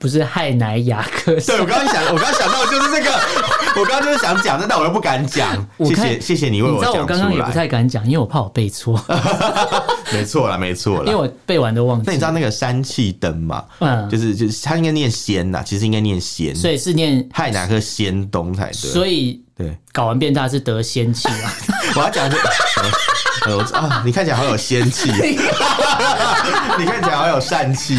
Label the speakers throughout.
Speaker 1: 不是害奶雅 克
Speaker 2: 对，我刚刚想，我刚刚想到就是这个， 我刚刚就是想讲的，但我又不敢讲。
Speaker 1: 我
Speaker 2: 谢
Speaker 1: 看
Speaker 2: 谢谢谢你为
Speaker 1: 你知道
Speaker 2: 讲出来。
Speaker 1: 我刚刚也不太敢讲，因为我怕我背错，
Speaker 2: 没错啦，没错
Speaker 1: 因为
Speaker 2: 啦。
Speaker 1: 我背完都忘
Speaker 2: 那你
Speaker 1: 记
Speaker 2: 知。道那个山气灯嘛？
Speaker 1: 嗯
Speaker 2: 就是就是，它应该念仙呐，其实应该念仙，
Speaker 1: 所以是念，
Speaker 2: 害哪个仙东才对。
Speaker 1: 所以
Speaker 2: 对，
Speaker 1: 搞完变大是得仙气嘛？
Speaker 2: 我要讲的是， 呃我啊，你看起来好有仙 气，你看起来好有善气。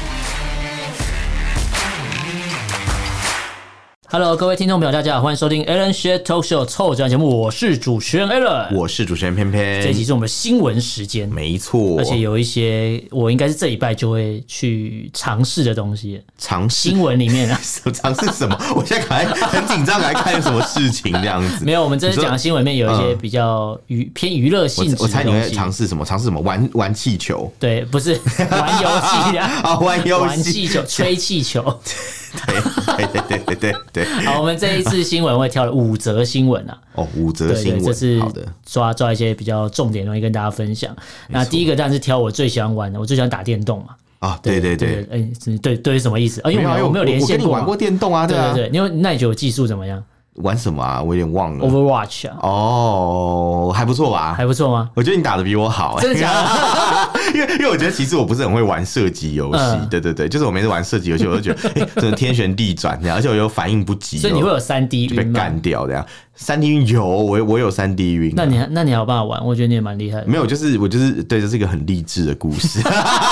Speaker 1: Hello，各位听众朋友，大家好，欢迎收听 Alan s h a r e Talk Show 臭讲节目，我是主持人 Alan。
Speaker 2: 我是主持人偏
Speaker 1: 这一集
Speaker 2: 偏，
Speaker 1: 是我们的新闻时间，
Speaker 2: 没错，
Speaker 1: 而且有一些我应该是这礼拜就会去尝试的东西，
Speaker 2: 尝试
Speaker 1: 新闻里 面啊，
Speaker 2: 尝试什么？我现在还很紧张，来看有什么事情这样子
Speaker 1: 没。有，我们这次
Speaker 2: 你说嗯
Speaker 1: 讲的新闻里面有一些比较娱偏娱乐
Speaker 2: 我
Speaker 1: 性质
Speaker 2: 我猜
Speaker 1: 的
Speaker 2: 你
Speaker 1: 东
Speaker 2: 会
Speaker 1: 西，
Speaker 2: 尝试什么？尝试什么？玩玩 气球
Speaker 1: 对，不 是玩游戏啊。
Speaker 2: 啊，玩游
Speaker 1: 玩气
Speaker 2: 戏，
Speaker 1: 球、吹气 球。
Speaker 2: 对对对对对对。
Speaker 1: 好，我们这一次新闻会挑了五则新闻啊，
Speaker 2: 哦，五则
Speaker 1: 对
Speaker 2: 新
Speaker 1: 对，
Speaker 2: 闻，
Speaker 1: 这是
Speaker 2: 好的，
Speaker 1: 抓抓一些比较重点的东西跟大家分享。那第一个当然是挑我最喜欢玩的，我最喜欢打电动嘛。
Speaker 2: 啊，对对对，，
Speaker 1: 哎，是对对是什么意思？啊，因为
Speaker 2: 啊
Speaker 1: 我没有连
Speaker 2: 我
Speaker 1: 线
Speaker 2: 跟你玩
Speaker 1: 嘛
Speaker 2: 过电动啊，
Speaker 1: 对
Speaker 2: 啊，
Speaker 1: 对对，因为那你觉得我技术怎么样
Speaker 2: 玩什么啊？我有点忘了。
Speaker 1: ？Overwatch 啊，
Speaker 2: 哦，还不错吧？
Speaker 1: 还不错吗？
Speaker 2: 我觉得你打的比我好、欸，
Speaker 1: 真的假
Speaker 2: 的？ 因为因为我觉得其实我不是很会玩射击游戏，
Speaker 1: 嗯
Speaker 2: 对对对，就是我每次玩射击游戏，我就觉得哎、真的天旋地转这样，而且我又反应不及，
Speaker 1: 所以你会有三 D
Speaker 2: 就被
Speaker 1: 晕吗
Speaker 2: 干？掉这样。三 D 晕有，我我有三 D 晕，
Speaker 1: 那你还那你还有办法玩？我觉得你也蛮厉害 的。
Speaker 2: 没有？就是我就是对，这是一个很励志的故事，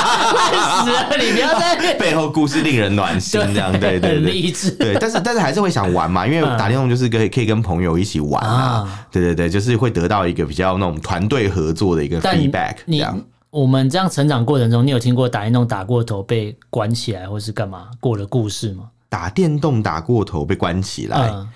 Speaker 1: 烂死了，你不要 再
Speaker 2: 背后故事令人 暖心，这样对对
Speaker 1: 很
Speaker 2: 对。
Speaker 1: 励志。
Speaker 2: 对，但是但是还是会想玩嘛，因为打电动就是可以可以跟朋友一起玩啊，
Speaker 1: 啊
Speaker 2: 对对对，就是会得到一个比较那种团队合作的一个
Speaker 1: 但
Speaker 2: feedback，这
Speaker 1: 你
Speaker 2: 样。
Speaker 1: 我们这样成长过程中，你有听过打电动打过头被关起来或是干嘛过的故事吗？
Speaker 2: 打电动打过头被关起来，
Speaker 1: 嗯，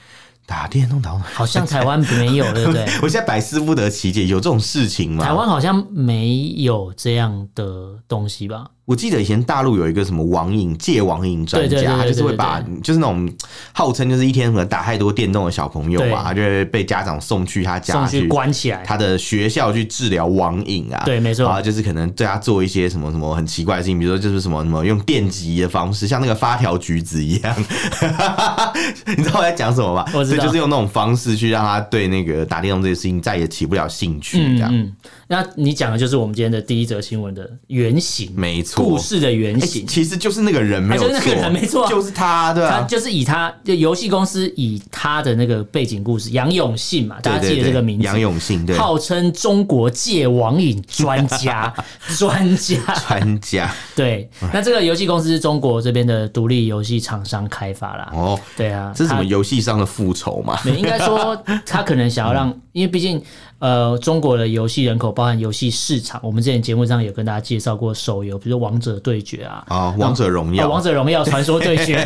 Speaker 2: 打电动打过头。
Speaker 1: 好像台湾没有，对不对？
Speaker 2: 我现在百思不得其解，有这种事情吗？
Speaker 1: 台湾，好像没有这样的东西吧？
Speaker 2: 我记得以前大陆有一个什么网瘾戒网瘾专
Speaker 1: 对对对
Speaker 2: 家，
Speaker 1: 对
Speaker 2: 他就是会
Speaker 1: 对对
Speaker 2: 把就是那种号称就是一天可能打太多电动的小朋友
Speaker 1: 对
Speaker 2: 啊，他就会被家长送去他
Speaker 1: 送
Speaker 2: 家
Speaker 1: 去关起来，
Speaker 2: 他的学校去治疗网瘾啊，
Speaker 1: 对没错
Speaker 2: 啊，就是可能对他做一些什么什么很奇怪的事情，比如说就是什么什么用电击的方式，像那个发条橘子一样， 你知道我在讲什么吗？
Speaker 1: 我知道
Speaker 2: 所以就是用那种方式去让他对那个打电动这件事情再也起不了兴趣，这样、
Speaker 1: 嗯，那你讲的就是我们今天的第一则新闻的原型，
Speaker 2: 没错。
Speaker 1: 故事的原
Speaker 2: 哎
Speaker 1: 型。
Speaker 2: 其实就是那个人没有
Speaker 1: 啊
Speaker 2: 错，
Speaker 1: 就是那个人没错
Speaker 2: 就是他，对
Speaker 1: 他
Speaker 2: 啊，
Speaker 1: 就是以他就游戏公司以他的那个背景故事杨永信嘛，大家
Speaker 2: 对对
Speaker 1: 记得这个
Speaker 2: 对
Speaker 1: 名字，
Speaker 2: 杨永信，对，
Speaker 1: 号称中国戒网瘾专 家，专家
Speaker 2: 专家
Speaker 1: 对。
Speaker 2: 哎
Speaker 1: 那这个游戏公司是中国这边的独立游戏厂商开发啦，
Speaker 2: 哦，
Speaker 1: 对啊，
Speaker 2: 这是什么
Speaker 1: 他
Speaker 2: 游戏上的复仇嘛？
Speaker 1: 没应该说，他可能想要
Speaker 2: 嗯
Speaker 1: 让，因为毕竟呃，中国的游戏人口包含游戏市场，我们之前节目上有跟大家介绍过手游，比如《王者对决》啊，
Speaker 2: 啊，王者荣
Speaker 1: 啊
Speaker 2: 耀，
Speaker 1: 王者荣耀》《传说对 决》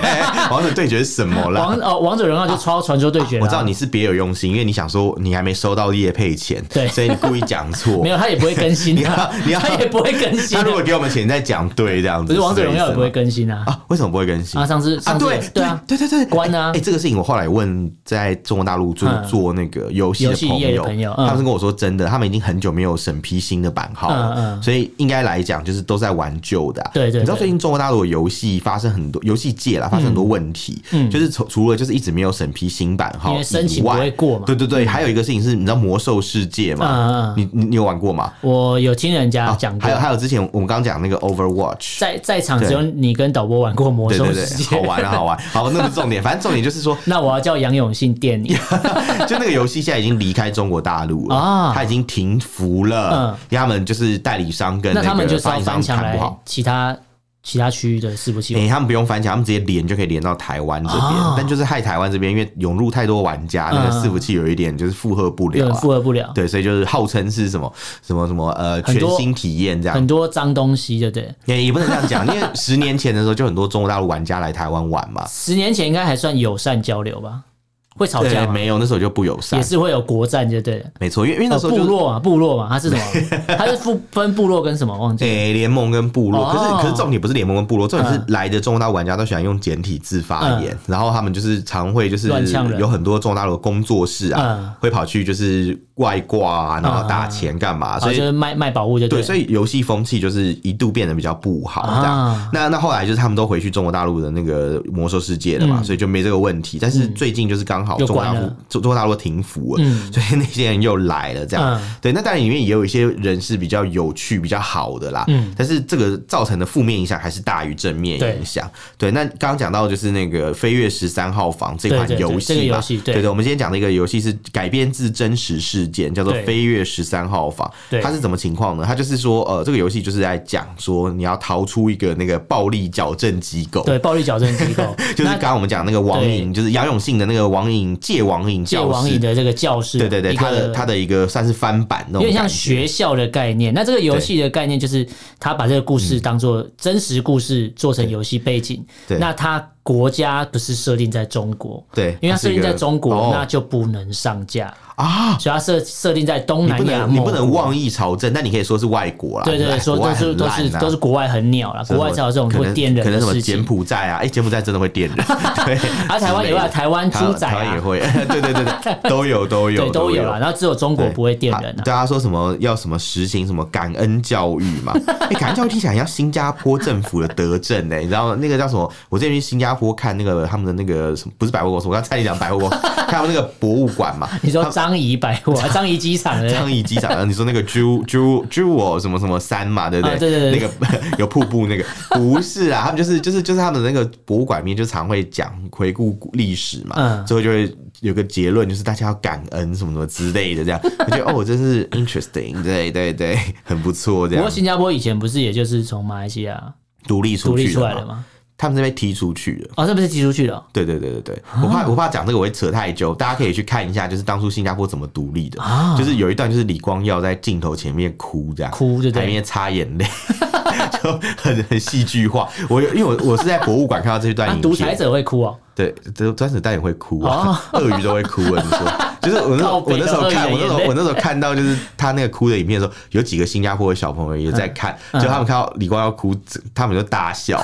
Speaker 2: 王者对决是什么啦？
Speaker 1: 王哦，《王者荣耀》就超《传说对啊决》啦
Speaker 2: 我知道你是别有用心，因为你想说你还没收到业配钱，
Speaker 1: 对
Speaker 2: 所以你故意讲错
Speaker 1: 没。有，他也不会更新啊
Speaker 2: ，你要你
Speaker 1: 他
Speaker 2: 要
Speaker 1: 也不会更新
Speaker 2: 他
Speaker 1: 啊。
Speaker 2: 如果给我们钱，再讲对这样子。
Speaker 1: 不是《王者荣耀》也
Speaker 2: 这
Speaker 1: 不会
Speaker 2: 个意思吗
Speaker 1: 更新啊，
Speaker 2: 啊？为什么不会更新
Speaker 1: 啊，？上次上次
Speaker 2: 对
Speaker 1: 对啊，
Speaker 2: 对对对，
Speaker 1: 关啊
Speaker 2: 哎、欸这个事情我后来问在中国大陆做、
Speaker 1: 嗯
Speaker 2: 做那个游戏的
Speaker 1: 游戏
Speaker 2: 朋
Speaker 1: 业的
Speaker 2: 友，
Speaker 1: 朋友嗯
Speaker 2: 他们是跟我说真的，他们已经很久没有审批新的版号了，
Speaker 1: 嗯嗯
Speaker 2: 所以应该来讲就是都在玩旧的啊、
Speaker 1: 对对对嗯
Speaker 2: 你知道最近中国大陆的游戏发生很多游戏界啦，发生很多问题，就是除除了就是一直没有审批新版号以外，
Speaker 1: 因为申请不会过嘛嗯
Speaker 2: 对对对，还有一个事情是，你知道魔兽世界嘛？
Speaker 1: 嗯嗯嗯
Speaker 2: 你你你有玩过吗？啊
Speaker 1: 我有听人家啊讲过
Speaker 2: 哦还有，还有之前我们刚刚讲那个 Overwatch，
Speaker 1: 在在场只有你跟导播玩过魔
Speaker 2: 对
Speaker 1: 兽
Speaker 2: 对
Speaker 1: 世
Speaker 2: 对，好
Speaker 1: 界，
Speaker 2: 玩啊好玩，好那不是重点，反正重点就是说，
Speaker 1: 那我要叫杨永信电 你。
Speaker 2: 就那个游戏现在已经离开中国大陆了，
Speaker 1: 啊
Speaker 2: 它已经停服了，
Speaker 1: 嗯
Speaker 2: 因为他们就是代理商跟
Speaker 1: 那他们
Speaker 2: 个
Speaker 1: 就是
Speaker 2: 发
Speaker 1: 要
Speaker 2: 行
Speaker 1: 翻
Speaker 2: 商
Speaker 1: 墙
Speaker 2: 谈不
Speaker 1: 来
Speaker 2: 好。哎
Speaker 1: 其他其他区域的伺服器
Speaker 2: 诶、他们不用翻墙，他们直接连就可以连到台湾这边，
Speaker 1: 哦
Speaker 2: 但就是害台湾这边，因为涌入太多玩家，那个伺服器有一点就是负荷不
Speaker 1: 嗯有
Speaker 2: 了、
Speaker 1: 人
Speaker 2: 啊。
Speaker 1: 负荷不了，
Speaker 2: 对，所以就是号称是什么什么什么呃
Speaker 1: 很
Speaker 2: 全
Speaker 1: 多
Speaker 2: 新体验这样，
Speaker 1: 很多脏东西，对不对？
Speaker 2: 也也不能这样讲，因为十年前的时候就很多中国大陆玩家来台湾玩嘛，
Speaker 1: 十年前应该还算友善交流吧，会吵架
Speaker 2: 对，
Speaker 1: 吗？
Speaker 2: 没啊有那时候就不友
Speaker 1: 也
Speaker 2: 善，
Speaker 1: 是会有国战，就对了。
Speaker 2: 没错，因为因为那
Speaker 1: 呃
Speaker 2: 时候就
Speaker 1: 部
Speaker 2: 是
Speaker 1: 落嘛，部落嘛，它是什 么？它是分分部落跟什么？忘记了。
Speaker 2: 诶，联盟跟部落，可
Speaker 1: 哦
Speaker 2: 是可是重点不是联盟跟部落，重点是
Speaker 1: 嗯
Speaker 2: 来的中国大陆玩家都喜欢用简体字发言，然后他们就是常会就是
Speaker 1: 乱呛人
Speaker 2: 有很多中国大陆的工作室
Speaker 1: 嗯
Speaker 2: 啊，会跑去就是外挂啊，然后打钱干嘛，所
Speaker 1: 啊，就
Speaker 2: 以
Speaker 1: 是卖卖宝物就
Speaker 2: 对，
Speaker 1: 了
Speaker 2: 所以游戏风气就是一度变得比较不好这样。
Speaker 1: 啊，
Speaker 2: 那那后来就是他们都回去中国大陆的那个魔兽世界了嘛，
Speaker 1: 嗯
Speaker 2: 所以就没这个问题。但是最近就是刚好
Speaker 1: 又
Speaker 2: 中国
Speaker 1: 关
Speaker 2: 大陆
Speaker 1: 了
Speaker 2: 中中国大陆停服了，
Speaker 1: 嗯
Speaker 2: 所以那些人又来了这样。
Speaker 1: 嗯
Speaker 2: 对，那当然里面也有一些人是比较有趣、比较好的啦，
Speaker 1: 嗯
Speaker 2: 但是这个造成的负面影响还是大于正面影响。对，那刚刚讲到就是那个《飞跃十三号房》这款
Speaker 1: 对对对
Speaker 2: 游
Speaker 1: 这个
Speaker 2: 戏
Speaker 1: 游
Speaker 2: 嘛，
Speaker 1: 戏对
Speaker 2: 对对，我们今天讲的一个游戏是改编自真实事件，叫做
Speaker 1: 对
Speaker 2: 《飞跃十三号房》。
Speaker 1: 对
Speaker 2: 它是怎么情况呢？它就是说，呃，这个游戏就是在讲说你要逃出一个那个暴力矫正机构。
Speaker 1: 对暴力矫正机构，
Speaker 2: 就是刚
Speaker 1: 那
Speaker 2: 刚我们讲那个网瘾，就是杨永信的那个网瘾戒网瘾
Speaker 1: 戒
Speaker 2: 教
Speaker 1: 网
Speaker 2: 室
Speaker 1: 瘾，的这个教室，
Speaker 2: 对对对，
Speaker 1: 一个
Speaker 2: 他的他的一个算是翻版那
Speaker 1: 有
Speaker 2: 种感
Speaker 1: 点像
Speaker 2: 觉，
Speaker 1: 学校的概念。那这个游戏的概念就是，他把这个故事当做真实故事做成游戏背景。
Speaker 2: 嗯对
Speaker 1: 那他国家不是设定在中国，
Speaker 2: 对，
Speaker 1: 因为它
Speaker 2: 它是
Speaker 1: 设
Speaker 2: 一
Speaker 1: 定在
Speaker 2: 个
Speaker 1: 中
Speaker 2: 哦
Speaker 1: 国，那就不能上架，
Speaker 2: 啊，
Speaker 1: 所以它设设定在东
Speaker 2: 你
Speaker 1: 南
Speaker 2: 不
Speaker 1: 亚
Speaker 2: 能你
Speaker 1: 某
Speaker 2: 不
Speaker 1: 国。
Speaker 2: 能妄议朝政，但你可以说是外国啦，
Speaker 1: 对对对，说都是都是都是
Speaker 2: 是。
Speaker 1: 国外很鸟啦，国外才有这种
Speaker 2: 啊可
Speaker 1: 会
Speaker 2: 能
Speaker 1: 电
Speaker 2: 可
Speaker 1: 人
Speaker 2: 能
Speaker 1: 的
Speaker 2: 什么
Speaker 1: 事
Speaker 2: 柬
Speaker 1: 情。
Speaker 2: 埔寨啊，哎，柬埔寨真的会电人，对，
Speaker 1: 啊，台湾也
Speaker 2: 之
Speaker 1: 有，
Speaker 2: 类的
Speaker 1: 台湾
Speaker 2: 台
Speaker 1: 猪
Speaker 2: 湾
Speaker 1: 仔
Speaker 2: 台湾也
Speaker 1: 啊，
Speaker 2: 会， 对对对对，都有都有
Speaker 1: 对，都有啊。然后只有中国
Speaker 2: 对
Speaker 1: 不会电
Speaker 2: 啊
Speaker 1: 人啊。
Speaker 2: 对啊，说什么要什么实行什么感恩教育 嘛？哎、感恩教育听起来很像新加坡政府的德政呢、欸你知道那个叫什么？我之前去新加坡看那个他们的那个什么，不是百货公司，我刚才差点讲百货公司， 看他们那个博物馆嘛。
Speaker 1: 你说张仪百货、 啊、张仪机场的，
Speaker 2: 樟宜机场，然后啊你说那个 Ju Ju Jewel 什么什么山嘛，对不对？
Speaker 1: 啊对对对
Speaker 2: 那个 有瀑布那个不是啊，他们就是就是就是他们的那个博物馆里面就常会讲回顾历史嘛，
Speaker 1: 嗯
Speaker 2: 最后就会有个结论，就是大家要感恩什么什么之类的，这样 我觉得哦，真是 interesting，对对对， 很不错，这
Speaker 1: 不
Speaker 2: 样
Speaker 1: 过新加坡以前不是也就是从马来西亚
Speaker 2: 独立
Speaker 1: 独
Speaker 2: 出
Speaker 1: 立
Speaker 2: 去
Speaker 1: 出来
Speaker 2: 的
Speaker 1: 的
Speaker 2: 嘛，
Speaker 1: 吗？
Speaker 2: 他们是被踢出去的。
Speaker 1: 哦，这不是踢出去的哦
Speaker 2: 对对对对对，我
Speaker 1: 哦
Speaker 2: 怕我怕讲这个我会扯太久，大家可以去看一下，就是当初新加坡怎么独立的，
Speaker 1: 啊，
Speaker 2: 就是有一段就是李光耀在镜头前面哭这样，
Speaker 1: 哭对不
Speaker 2: 台
Speaker 1: 对？
Speaker 2: 面擦眼泪， 就很很戏剧化。我有因为我我是在博物馆看到这段
Speaker 1: 啊，
Speaker 2: 影
Speaker 1: 独裁
Speaker 2: 片，
Speaker 1: 者会哭 哦，
Speaker 2: 对，这专子蛋也会哭啊， 鳄鱼都会哭啊。你说，就是我那时候
Speaker 1: 靠北
Speaker 2: 我那时候看
Speaker 1: 鳄鱼
Speaker 2: 我那时
Speaker 1: 眼
Speaker 2: 候
Speaker 1: 泪
Speaker 2: 我那时候看到就是他那个哭的影片的时候，有几个新加坡的小朋友也在看，
Speaker 1: 嗯
Speaker 2: 就他们看到李光耀哭，他们就大笑。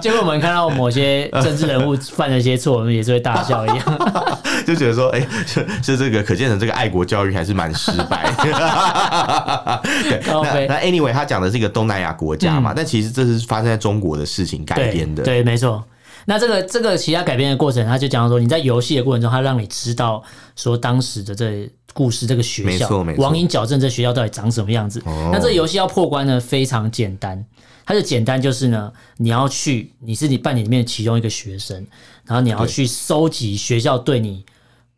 Speaker 1: 结果我们看到某些政治人物犯了一些错，我们也是会大笑一样。
Speaker 2: 就觉得说，哎、是是这个，可见的这个爱国教育还是蛮失败的。 对，
Speaker 1: 高
Speaker 2: 那
Speaker 1: 飞
Speaker 2: 那 anyway，他讲的是一个东南亚国家嘛，但其实这是发生在中国的事情改编的。
Speaker 1: 嗯对，对没错。那这个这个其他改编的过程，他就讲到说，你在游戏的过程中，他让你知道说当时的这故事，这个学
Speaker 2: 没
Speaker 1: 校
Speaker 2: 错没错
Speaker 1: 网瘾矫正这学校到底长什么样子。
Speaker 2: 哦
Speaker 1: 那这个游戏要破关呢，非常简单。它的简单就是呢，你要去，你是你班里面其中一个学生，然后你要
Speaker 2: 对
Speaker 1: 去搜集学校对你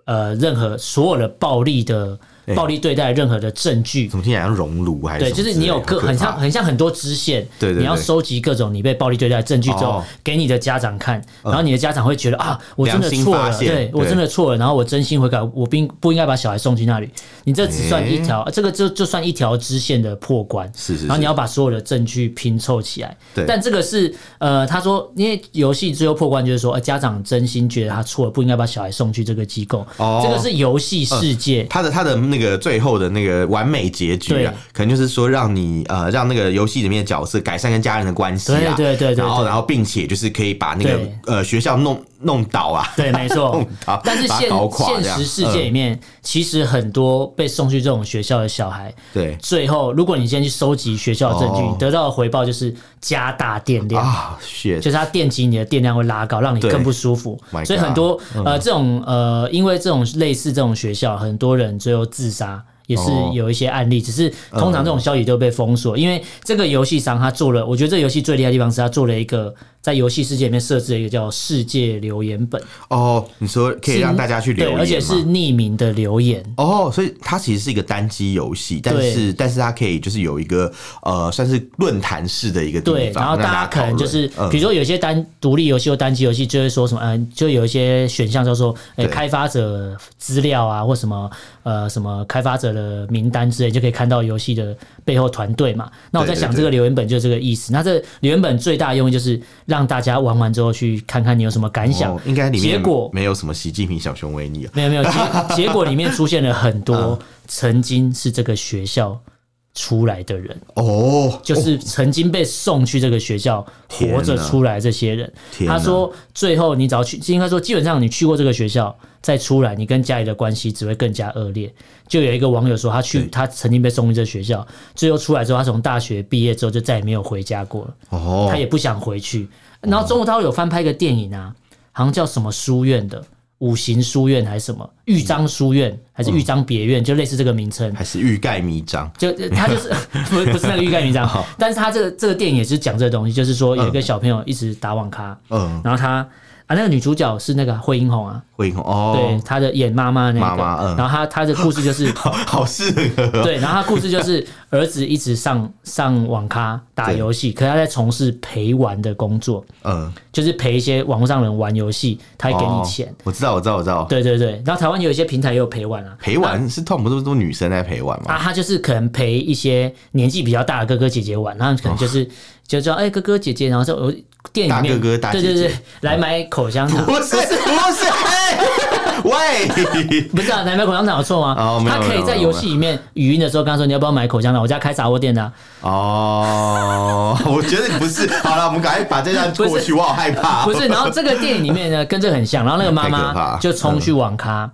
Speaker 1: 呃任何所有的暴力的
Speaker 2: 对
Speaker 1: 暴力对待任何的证据，
Speaker 2: 怎么听起来像熔炉还是
Speaker 1: 对，
Speaker 2: 什么
Speaker 1: 就
Speaker 2: 之类
Speaker 1: 是
Speaker 2: 的？
Speaker 1: 你有各
Speaker 2: 可
Speaker 1: 很
Speaker 2: 怕
Speaker 1: 像很像很多支线，
Speaker 2: 对对对
Speaker 1: 你要收集各种你被暴力对待的证据之后
Speaker 2: 哦，嗯
Speaker 1: 给你的家长看，然后你的家长会觉得啊，我真的
Speaker 2: 良心
Speaker 1: 错
Speaker 2: 发
Speaker 1: 了，
Speaker 2: 现
Speaker 1: 对我
Speaker 2: 对
Speaker 1: 真的错了，然后我真心悔改，我并不应该把小孩送去那里，你这只算一条，这个就就算一条支线的破关，
Speaker 2: 是是是
Speaker 1: 然后你要把所有的证据拼凑起来，
Speaker 2: 对
Speaker 1: 但这个是呃，他说因为游戏最后破关就是说，呃家长真心觉得他错了，不应该把小孩送去这个机构，
Speaker 2: 哦嗯
Speaker 1: 这个是游戏世界，
Speaker 2: 他的他的那个最后的那个完美结局
Speaker 1: 对，
Speaker 2: 啊可能就是说让你呃让那个游戏里面的角色改善跟家人的关系啊，
Speaker 1: 对对对对
Speaker 2: 然后
Speaker 1: 对
Speaker 2: 然后并且就是可以把那个
Speaker 1: 对
Speaker 2: 呃学校弄弄倒 啊，
Speaker 1: 对，没
Speaker 2: 弄
Speaker 1: 错。
Speaker 2: 倒，
Speaker 1: 但是
Speaker 2: 把它
Speaker 1: 现
Speaker 2: 搞垮
Speaker 1: 现
Speaker 2: 这样
Speaker 1: 实世界里
Speaker 2: 嗯
Speaker 1: 面，其实很多被送去这种学校的小孩，
Speaker 2: 对
Speaker 1: 最后如果你先去收集学校的证据，
Speaker 2: 哦
Speaker 1: 你得到的回报就是加大电量。
Speaker 2: 啊，shit，
Speaker 1: 就是它电击你的电量会拉高，让你
Speaker 2: 对
Speaker 1: 更不舒服。
Speaker 2: Oh My 嗯
Speaker 1: 所以很多呃这种呃，因为这种类似这种学校，很多人最后自杀。也是
Speaker 2: 哦
Speaker 1: 有一些案例，只是通常这种消息都被封锁，因为这个游戏商他做了，我觉得这个游戏最厉害的地方是他做了一个在游戏世界里面设置了一个叫世界留言本，
Speaker 2: 哦，你说可以让大家去留
Speaker 1: 对，
Speaker 2: 言
Speaker 1: 而且
Speaker 2: 吗
Speaker 1: 是匿名的留言。
Speaker 2: 哦，所以它其实是一个单机游戏，但是但是它可以就是有一个呃，算是论坛式的一个地
Speaker 1: 对，
Speaker 2: 方，
Speaker 1: 然后
Speaker 2: 让
Speaker 1: 大家
Speaker 2: 家
Speaker 1: 可
Speaker 2: 讨
Speaker 1: 能就
Speaker 2: 论
Speaker 1: 是，
Speaker 2: 嗯
Speaker 1: 比如说有些单独立游戏或单机游戏，就会说什么，嗯，就有一些选项叫做，哎，
Speaker 2: 对
Speaker 1: 开发者资料啊，或什么，呃，什么开发者的名单之类，就可以看到游戏的背后团队嘛。那我在
Speaker 2: 对对
Speaker 1: 想，
Speaker 2: 对
Speaker 1: 这个留言本就是这个意思。那这留言本最大的用意就是让大家玩完之后去看看你有什么感想
Speaker 2: 哦，应该里面
Speaker 1: 结果
Speaker 2: 没有什么习近平、小熊维尼啊。
Speaker 1: 没有没 有，结结果里面出现了很
Speaker 2: 嗯
Speaker 1: 多曾经是这个学校出来的人，
Speaker 2: 哦，
Speaker 1: 就是曾经被送去这个学校
Speaker 2: 天
Speaker 1: 活着
Speaker 2: 哪
Speaker 1: 出来这些人。
Speaker 2: 天哪
Speaker 1: 他说，最后你只要去，应该说基本上你去过这个学校再出来，你跟家里的关系只会更加恶劣。就有一个网友说，他去
Speaker 2: 对
Speaker 1: 他曾经被送去这学校，最后出来之后，他从大学毕业之后就再也没有回家过了。
Speaker 2: 哦
Speaker 1: 他，也不想回去。然后中国大陆有翻拍一个电影啊，好像叫什么书院的，五行书院还是什么豫章书院，还
Speaker 2: 嗯
Speaker 1: 是豫章别院，就类似这个名称。
Speaker 2: 还是欲盖弥彰。
Speaker 1: 就呃他就是不是不是那个欲盖弥彰，但是他这个这个电影也是讲这个东西，就是说有一个小朋友一直打网咖，
Speaker 2: 嗯，
Speaker 1: 然后他啊那个女主角是那个惠英红啊，
Speaker 2: 会红
Speaker 1: 对
Speaker 2: 哦，，
Speaker 1: 她的演妈妈那
Speaker 2: 妈
Speaker 1: 个，
Speaker 2: 妈嗯
Speaker 1: 然后她她的故事就是
Speaker 2: 好 好适合。
Speaker 1: 对，然后他故事就是儿子一直上上网咖打
Speaker 2: 对
Speaker 1: 游戏，可是他在从事陪玩的工作，
Speaker 2: 嗯，
Speaker 1: 就是陪一些网络上人玩游戏，他还给你
Speaker 2: 哦
Speaker 1: 钱。
Speaker 2: 我知道，我知道，我知道。
Speaker 1: 对对对，然后台湾有一些平台也有陪玩啊，
Speaker 2: 陪玩是通常不是都女生在陪玩
Speaker 1: 啊，
Speaker 2: 吗？
Speaker 1: 他就是可能陪一些年纪比较大的哥哥姐姐玩，然后可能就是、就叫哎、哥哥姐姐，然后就有店里
Speaker 2: 哦大
Speaker 1: 面
Speaker 2: 哥哥大姐姐哦
Speaker 1: 对对对，来买口香糖。
Speaker 2: 不 是，不是，哎喂，
Speaker 1: 不是啊，来买口香糖有错吗？
Speaker 2: 哦没有
Speaker 1: 他可
Speaker 2: 没
Speaker 1: 以
Speaker 2: 有
Speaker 1: 在
Speaker 2: 没有
Speaker 1: 游戏里面语音的时候跟他说你要不要买口香糖，我家开杂货店的啊、
Speaker 2: 哦，我觉得不是。 好了，我们赶快把这段
Speaker 1: 不
Speaker 2: 过
Speaker 1: 是
Speaker 2: 去，我好害怕。
Speaker 1: 不是，然后这个电影里 面呢，跟这个很像，然后那个妈
Speaker 2: 哦太可怕嗯
Speaker 1: 妈
Speaker 2: 了
Speaker 1: 就冲去网咖，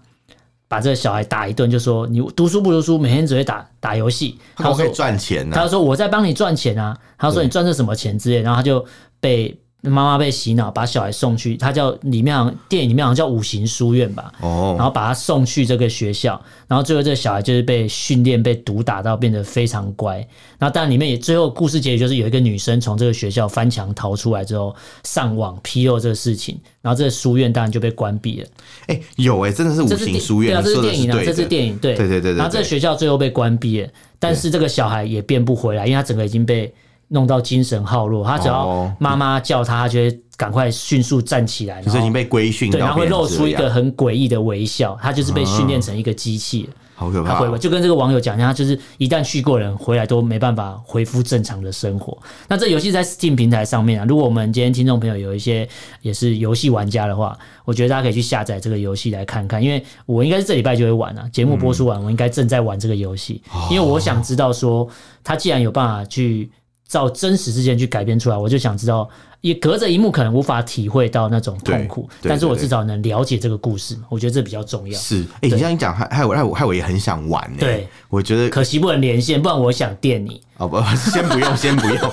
Speaker 1: 把这个小孩打一顿，就说你读书不读书，每天只会打打游戏。
Speaker 2: 他可不
Speaker 1: 说
Speaker 2: 可以赚钱呢
Speaker 1: 他。说我在帮你赚钱啊，他说
Speaker 2: 嗯对
Speaker 1: 你赚的什么钱之类，然后他就被妈妈被洗脑，把小孩送去，他叫里面好像电影里面好像叫五行书院吧，然
Speaker 2: 哦，
Speaker 1: 后把他送去这个学校，然后最后这个小孩就是被训练、被毒打到变得非常乖。然后当然里面也最后故事结局就是有一个女生从这个学校翻墙逃出来之后，上网披露这个事情，然后这个书院当然就被关闭了。
Speaker 2: 哎，有哎，真的是五
Speaker 1: 这是
Speaker 2: 行
Speaker 1: 电
Speaker 2: 书
Speaker 1: 对
Speaker 2: 院，
Speaker 1: 啊，
Speaker 2: 你
Speaker 1: 这是
Speaker 2: 说的
Speaker 1: 电影啊，这
Speaker 2: 对
Speaker 1: 是
Speaker 2: 的。
Speaker 1: 电影，对
Speaker 2: 对对对对对
Speaker 1: 然后这个学校最后被关闭了，但是这个小孩也变不回来，因为他整个已经被弄到精神耗弱，他只要
Speaker 2: 哦
Speaker 1: 妈妈叫他，他就会赶快迅速站起来，
Speaker 2: 就是已
Speaker 1: 然后
Speaker 2: 经被规训
Speaker 1: 对，然
Speaker 2: 到
Speaker 1: 后会
Speaker 2: 变成
Speaker 1: 露
Speaker 2: 这
Speaker 1: 出一
Speaker 2: 样
Speaker 1: 个很诡异的微笑，他就是被训练成一个机器了。
Speaker 2: 好可
Speaker 1: 他
Speaker 2: 怕
Speaker 1: 回不
Speaker 2: 哦。
Speaker 1: 就跟这个网友讲一下，他就是一旦去过的人回来都没办法恢复正常的生活。那这游戏在 Steam 平台上面啊，如果我们今天听众朋友有一些也是游戏玩家的话，我觉得大家可以去下载这个游戏来看看，因为我应该是这礼拜就会玩啊，节目播出完，我应该正在玩这个游戏，
Speaker 2: 嗯
Speaker 1: 因为我想知道说，他既然有办法去。照真实事件去改编出来，我就想知道，也隔着一幕可能无法体会到那种痛苦，
Speaker 2: 对对
Speaker 1: 但是我
Speaker 2: 对对
Speaker 1: 至少能了解这个故事嘛，我觉得这比较重要。
Speaker 2: 是，哎，你这样一讲，害害我害我害我也很想玩哎。
Speaker 1: 对，
Speaker 2: 我觉得
Speaker 1: 可惜不能连线，不然我想电你。
Speaker 2: 哦不， 先不用，先不用，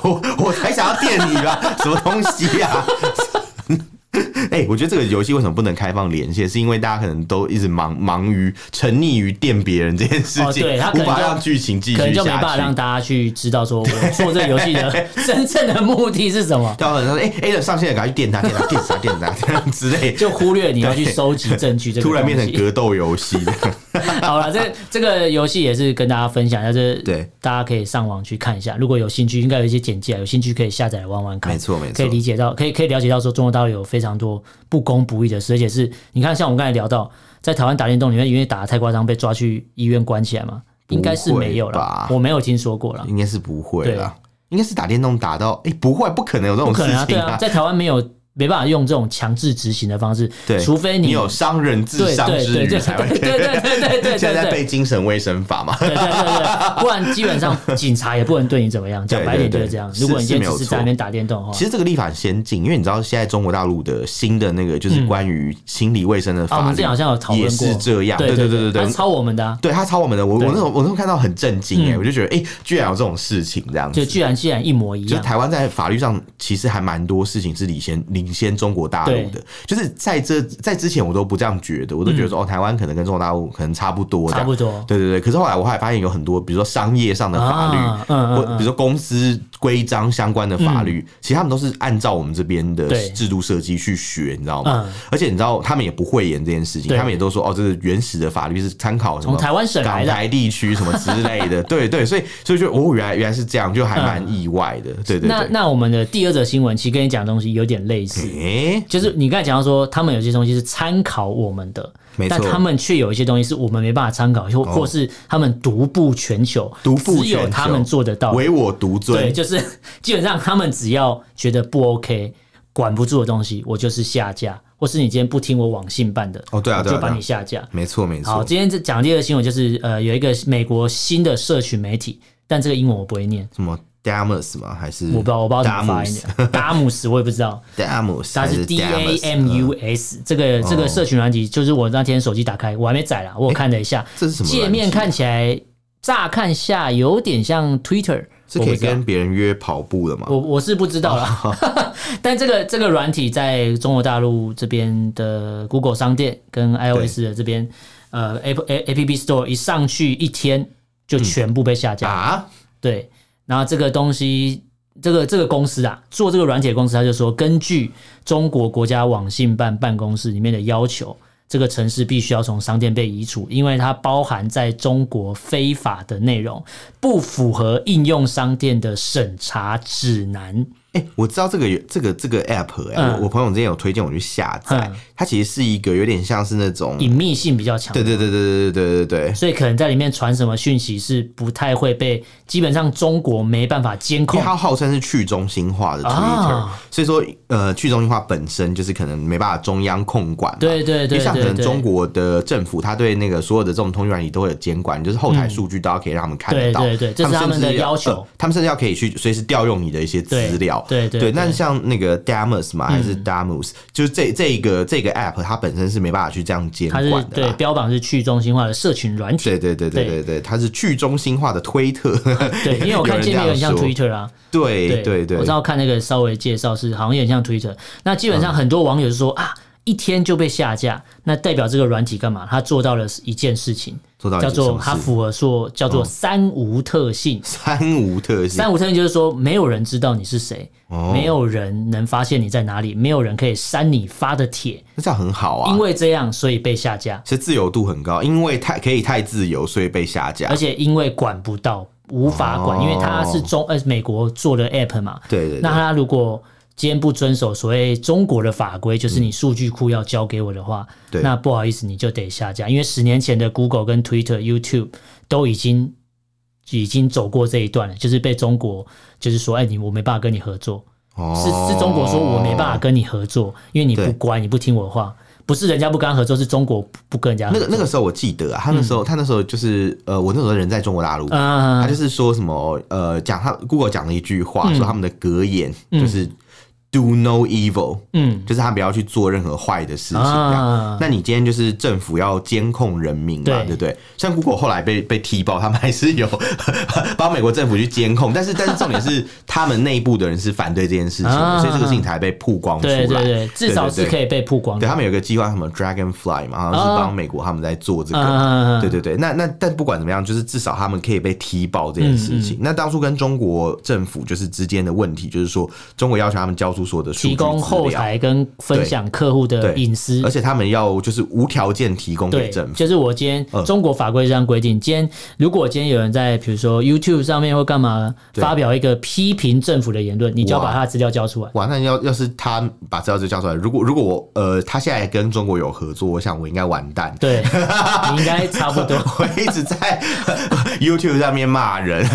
Speaker 2: 我我才想要电你吧， 什么东西呀、啊？ 哎、我觉得这个游戏为什么不能开放连线，是因为大家可能都一直忙忙于沉溺于电别人这件事
Speaker 1: 哦
Speaker 2: 情，
Speaker 1: 对他可
Speaker 2: 无
Speaker 1: 能
Speaker 2: 法
Speaker 1: 就
Speaker 2: 让剧情继
Speaker 1: 可能
Speaker 2: 续
Speaker 1: 就没
Speaker 2: 下
Speaker 1: 办法让
Speaker 2: 去。
Speaker 1: 大家去知道说我做这个游戏 的真正的目的是什么，
Speaker 2: 到很说，哎、欸、，A 上线了，赶快去电他，电他，电他，电他，这样之类，
Speaker 1: 就忽略你要去收集证据这个
Speaker 2: 突然
Speaker 1: 东
Speaker 2: 变成
Speaker 1: 西
Speaker 2: 格斗游戏。
Speaker 1: 好了，这这个游戏也是跟大家分享一下，这
Speaker 2: 对
Speaker 1: 大家可以上网去看一下，如果有兴趣，应该有一些简介啊，有兴趣可以下载来玩玩看。
Speaker 2: 没错没错
Speaker 1: 可以理解到，可以可以了解到说中国大陆有非常多不公不义的事，而且是你看，像我们刚才聊到，在台湾打电动里面，因为打的太夸张，被抓去医院关起来嘛，应该是没有
Speaker 2: 不
Speaker 1: 了
Speaker 2: 会吧，
Speaker 1: 我没有听说过了。
Speaker 2: 应该是不会啦，应该是打电动打到，哎、不会，不可能有这
Speaker 1: 不
Speaker 2: 种
Speaker 1: 可
Speaker 2: 事
Speaker 1: 能啊，对
Speaker 2: 情
Speaker 1: 啊，在台湾没有没办法用这种强制执行的方式，
Speaker 2: 对，
Speaker 1: 除非
Speaker 2: 你
Speaker 1: 你
Speaker 2: 有商人
Speaker 1: 对
Speaker 2: 智
Speaker 1: 对
Speaker 2: 商之
Speaker 1: 对对
Speaker 2: 余
Speaker 1: 对
Speaker 2: 才 会
Speaker 1: 对对对对对对，
Speaker 2: 现在在
Speaker 1: 对哦
Speaker 2: 背精神卫生法嘛？
Speaker 1: 对对对对，不然基本上警察也不能对你怎么样。讲白点就是这样。
Speaker 2: 对对对
Speaker 1: 如果你今
Speaker 2: 是是没
Speaker 1: 天
Speaker 2: 有
Speaker 1: 只是在那边打电动的话，
Speaker 2: 其实这个立法很先进，因为你知道现在中国大陆的新的那个就是关于心理卫生的
Speaker 1: 嗯啊，我
Speaker 2: 法
Speaker 1: 们之
Speaker 2: 律
Speaker 1: 前好像有讨
Speaker 2: 也
Speaker 1: 论过，
Speaker 2: 是这样，
Speaker 1: 对对
Speaker 2: 对对
Speaker 1: 他
Speaker 2: 对。
Speaker 1: 抄我们的啊，
Speaker 2: 对他抄我们的，我我
Speaker 1: 对
Speaker 2: 那时候我那时候看到很震惊哎、
Speaker 1: 嗯
Speaker 2: 我就觉得哎、居然有这种事情这样
Speaker 1: 就
Speaker 2: 子。
Speaker 1: 居然居然一模一
Speaker 2: 就
Speaker 1: 样。
Speaker 2: 台湾在法律上其实还蛮多事情是领先领领先中国大陆的，就是在这在之前我都不这样觉得，我都觉得说、哦，台湾可能跟中国大陆可能差不多这
Speaker 1: 嗯差
Speaker 2: 样，
Speaker 1: 不多。
Speaker 2: 对对对，可是后来我后来发现有很多，比如说商业上的法律，
Speaker 1: 啊嗯嗯
Speaker 2: 或
Speaker 1: 嗯
Speaker 2: 比如说公司规章相关的法律，其实他们都是按照我们这边的
Speaker 1: 对
Speaker 2: 制度设计去学，你知道吗？
Speaker 1: 嗯
Speaker 2: 而且你知道他们也不讳言这件事情，
Speaker 1: 对
Speaker 2: 他们也都说哦，这是原始的法律是参考什么
Speaker 1: 从台湾省来
Speaker 2: 港
Speaker 1: 的
Speaker 2: 台地区什么之类的，对对，所以所以就哦，原来原来是这样，就还蛮意外的，对对
Speaker 1: 那
Speaker 2: 对。
Speaker 1: 那我们的第二则新闻其实跟你讲的东西有点类似，
Speaker 2: 诶、
Speaker 1: 就是你刚才讲到说，他们有些东西是参考我们的，
Speaker 2: 没错哦
Speaker 1: 但他们却有一些东西是我们没办法参考，或、或是他们独步全球，
Speaker 2: 独步
Speaker 1: 只有
Speaker 2: 全
Speaker 1: 他
Speaker 2: 球
Speaker 1: 们做得到。
Speaker 2: 唯我独
Speaker 1: 对，
Speaker 2: 尊，
Speaker 1: 就是 基本上他们只要觉得不 OK。管不住的东西，我就是下架，或是你今天不听我网信办的，
Speaker 2: 哦对啊
Speaker 1: 我
Speaker 2: 对啊
Speaker 1: 就把
Speaker 2: 对啊
Speaker 1: 你下架。
Speaker 2: 没错没错
Speaker 1: 好，。今天这讲第二个新闻就是，呃，有一个美国新的社群媒体，但这个英文我不会念，
Speaker 2: 什么 Damus 吗？还是
Speaker 1: 我不知道我不知道怎么发音的，达姆斯我也不知道，
Speaker 2: Damus，嗯
Speaker 1: 它
Speaker 2: 还
Speaker 1: 是
Speaker 2: 是
Speaker 1: D A
Speaker 2: Damus？
Speaker 1: M U S 这个这个社群软体，就是我那天手机打开，我还没载啦，我有看了一下，
Speaker 2: 哦这是什么
Speaker 1: 界面
Speaker 2: 软体啊
Speaker 1: 看起来，乍看下有点像 Twitter，
Speaker 2: 是
Speaker 1: 我
Speaker 2: 可
Speaker 1: 不
Speaker 2: 以
Speaker 1: 知道
Speaker 2: 跟哦别人约跑步的吗？
Speaker 1: 我我是不知道啦， 但这个这个软体在中国大陆这边的 Google 商店跟 iOS 的这边呃 App A P P Store 一上去一天就
Speaker 2: 嗯
Speaker 1: 全部被下架，
Speaker 2: 啊，
Speaker 1: 对，然后这个东西，这个这个公司啊，做这个软体的公司，他就说，根据中国国家网信办办公室里面的要求，这个城市必须要从商店被移除，因为它包含在中国非法的内容，不符合应用商店的审查指南。
Speaker 2: 哎、我知道这个有这个这个 app 哎、
Speaker 1: 嗯
Speaker 2: 我我朋友之前有推荐我去下载
Speaker 1: 嗯，
Speaker 2: 它其实是一个有点像是那种，
Speaker 1: 隐秘性比较强，
Speaker 2: 对对对对对对对对
Speaker 1: 所以可能在里面传什么讯息是不太会被，基本上中国没办法监
Speaker 2: 因
Speaker 1: 控
Speaker 2: 为。它号称是去中心化的 Twitter，、
Speaker 1: 啊
Speaker 2: 所以说呃去中心化本身就是可能没办法中央控管嘛，
Speaker 1: 对对
Speaker 2: 因
Speaker 1: 对
Speaker 2: 为像可
Speaker 1: 对
Speaker 2: 能
Speaker 1: 对，
Speaker 2: 中国的政府，它对那个所有的这种通讯软体都会有监管，就是后台数据都要可以让他们看得到。
Speaker 1: 对对对这是他们
Speaker 2: 甚至
Speaker 1: 的要求
Speaker 2: 呃他们甚至要可以去随时调用你的一些资料。
Speaker 1: 对对对
Speaker 2: 对。那像那个 Damus 嘛，还是 Damus，就是这这一个这个 app，它本身是没办法去这样监
Speaker 1: 它
Speaker 2: 管
Speaker 1: 是
Speaker 2: 的
Speaker 1: 对
Speaker 2: 啦。
Speaker 1: 标榜是去中心化的社群软体。
Speaker 2: 对对对对
Speaker 1: 对
Speaker 2: 对对，它是去中心化的推特。对
Speaker 1: 对，因为我看界面有点像 Twitter 啊，
Speaker 2: 对对
Speaker 1: 我
Speaker 2: 对
Speaker 1: 知，道看那个稍微介绍是好像有点像 Twitter。那基本
Speaker 2: 嗯
Speaker 1: 上很多网友就说、啊，一天就被下架，那代表这个软体干嘛？它做到了一件事情，
Speaker 2: 做到一
Speaker 1: 叫
Speaker 2: 件啊什
Speaker 1: 做
Speaker 2: 么事哦
Speaker 1: 它符合说叫做三无特性。
Speaker 2: 三无特性
Speaker 1: 三无特性就是说，没有人知道你是谁，
Speaker 2: 哦
Speaker 1: 没有人能发现你在哪里，没有人可以删你发的帖，
Speaker 2: 那这样很好啊
Speaker 1: 因。为这样所以被下架，
Speaker 2: 是自由度很高，因为太可以太自由，所以被下架
Speaker 1: 而。且因为管不到，无法管，
Speaker 2: 哦
Speaker 1: 因为它是中呃美国做的 app 嘛，
Speaker 2: 对对对
Speaker 1: 那。他如果今天不遵守所谓中国的法规，就是你数据库要交给我的话，
Speaker 2: 对
Speaker 1: 那不好意思，你就得下架，因为十年前的 Google 跟 Twitter、YouTube 都已经已经走过这一段了，就是被中国就是说，哎，你我没办法跟你合作，是
Speaker 2: 哦
Speaker 1: 是中国说我没办法跟你合作，因为你不
Speaker 2: 对
Speaker 1: 乖，你不听我的话，不是人家不跟他合作，是中国不不跟人家合
Speaker 2: 那
Speaker 1: 作。
Speaker 2: 个那个时候我记得啊，他那时
Speaker 1: 嗯
Speaker 2: 候、他那时候就是呃，我那时候人在中国大陆，
Speaker 1: 啊
Speaker 2: 他就是说什么呃，讲他 Google 讲了一句话，
Speaker 1: 嗯
Speaker 2: 说他们的格言就是 “Do no evil”，
Speaker 1: 嗯
Speaker 2: 就是他不要去做任何坏的事情。这样
Speaker 1: 啊，
Speaker 2: 那你今天就是政府要监控人民嘛，
Speaker 1: 对
Speaker 2: 对不对？像 Google 后来被被踢爆，他们还是 有帮美国政府去监控，但是但是重点是他们内部的人是反对这件事情
Speaker 1: 啊
Speaker 2: 的，所以这个事情才被曝光出来。
Speaker 1: 对对对，至少是
Speaker 2: 对对
Speaker 1: 可以被曝光
Speaker 2: 对
Speaker 1: 的。
Speaker 2: 他们有个计划，什么 Dragonfly 嘛，好像是
Speaker 1: 哦
Speaker 2: 帮美国他们在做这
Speaker 1: 啊啊
Speaker 2: 个。
Speaker 1: 啊啊
Speaker 2: 对对对，那那但不管怎么样，就是至少他们可以被踢爆这件事
Speaker 1: 嗯
Speaker 2: 情。那当初跟中国政府就是之间的问题，就是说中国要求他们交出所有的数
Speaker 1: 提
Speaker 2: 据
Speaker 1: 供后
Speaker 2: 资料，
Speaker 1: 台跟分享客户的
Speaker 2: 对
Speaker 1: 隐私
Speaker 2: 而。且他们要就是无条件提供
Speaker 1: 对
Speaker 2: 给政，府。嗯
Speaker 1: 就是我今天中国法规这样规定，今天如果今天有人在比如说 YouTube 上面或干嘛
Speaker 2: 对
Speaker 1: 发表一个批评政府的言论，你就要把
Speaker 2: 哇
Speaker 1: 他的资料交 出来。
Speaker 2: 哇，那要要是他把资料就交出来，如果如果我呃他现在跟中国有合作，我想我应该完蛋。
Speaker 1: 对，你应该差不多。
Speaker 2: 我一直在 YouTube 上面骂人，